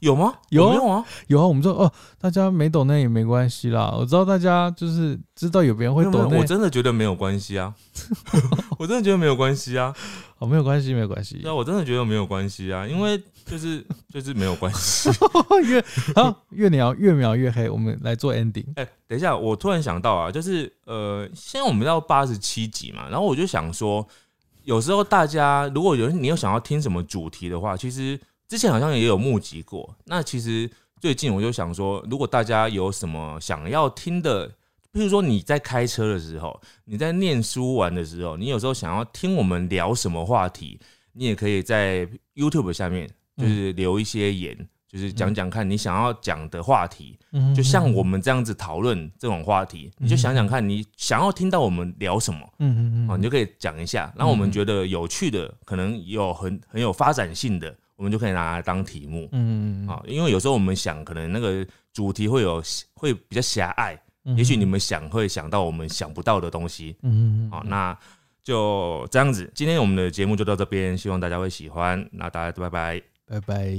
Speaker 2: 有吗？
Speaker 1: 有
Speaker 2: 我没有啊？
Speaker 1: 有啊，我们说哦，大家没抖内也没关系啦。我知道大家就是知道有别人会
Speaker 2: 没有没有
Speaker 1: 抖内
Speaker 2: 我，真的觉得没有关 系啊，我真的觉得没有关系啊，
Speaker 1: 哦，没有关系，没有关系
Speaker 2: 对啊，。我真的觉得没有关系啊，因为就是就是没有关系。
Speaker 1: 越好越描越描越黑，我们来做 ending。
Speaker 2: 哎、等一下，我突然想到啊，就是呃，现在我们到八十七集嘛，然后我就想说，有时候大家如果有你有想要听什么主题的话，其实之前好像也有募集过。那其实最近我就想说，如果大家有什么想要听的，譬如说你在开车的时候，你在念书完的时候，你有时候想要听我们聊什么话题，你也可以在 YouTube 下面就是留一些言，就是讲讲看你想要讲的话题。
Speaker 1: 嗯
Speaker 2: 就像我，们这样子讨论这种话题，
Speaker 1: 嗯
Speaker 2: 你就想想看，你想要听到我们聊什么
Speaker 1: 嗯嗯嗯，
Speaker 2: 啊，你就可以讲一下，让我们觉得有趣的，可能有很很有发展性的，我们就可以拿来当题目
Speaker 1: 嗯嗯嗯
Speaker 2: 啊。因为有时候我们想，可能那个主题会有会比较狭隘，
Speaker 1: 嗯，
Speaker 2: 也许你们想会想到我们想不到的东西
Speaker 1: 嗯嗯嗯
Speaker 2: 啊。那就这样子，今天我们的节目就到这边，希望大家会喜欢。那大家拜拜。
Speaker 1: 拜拜。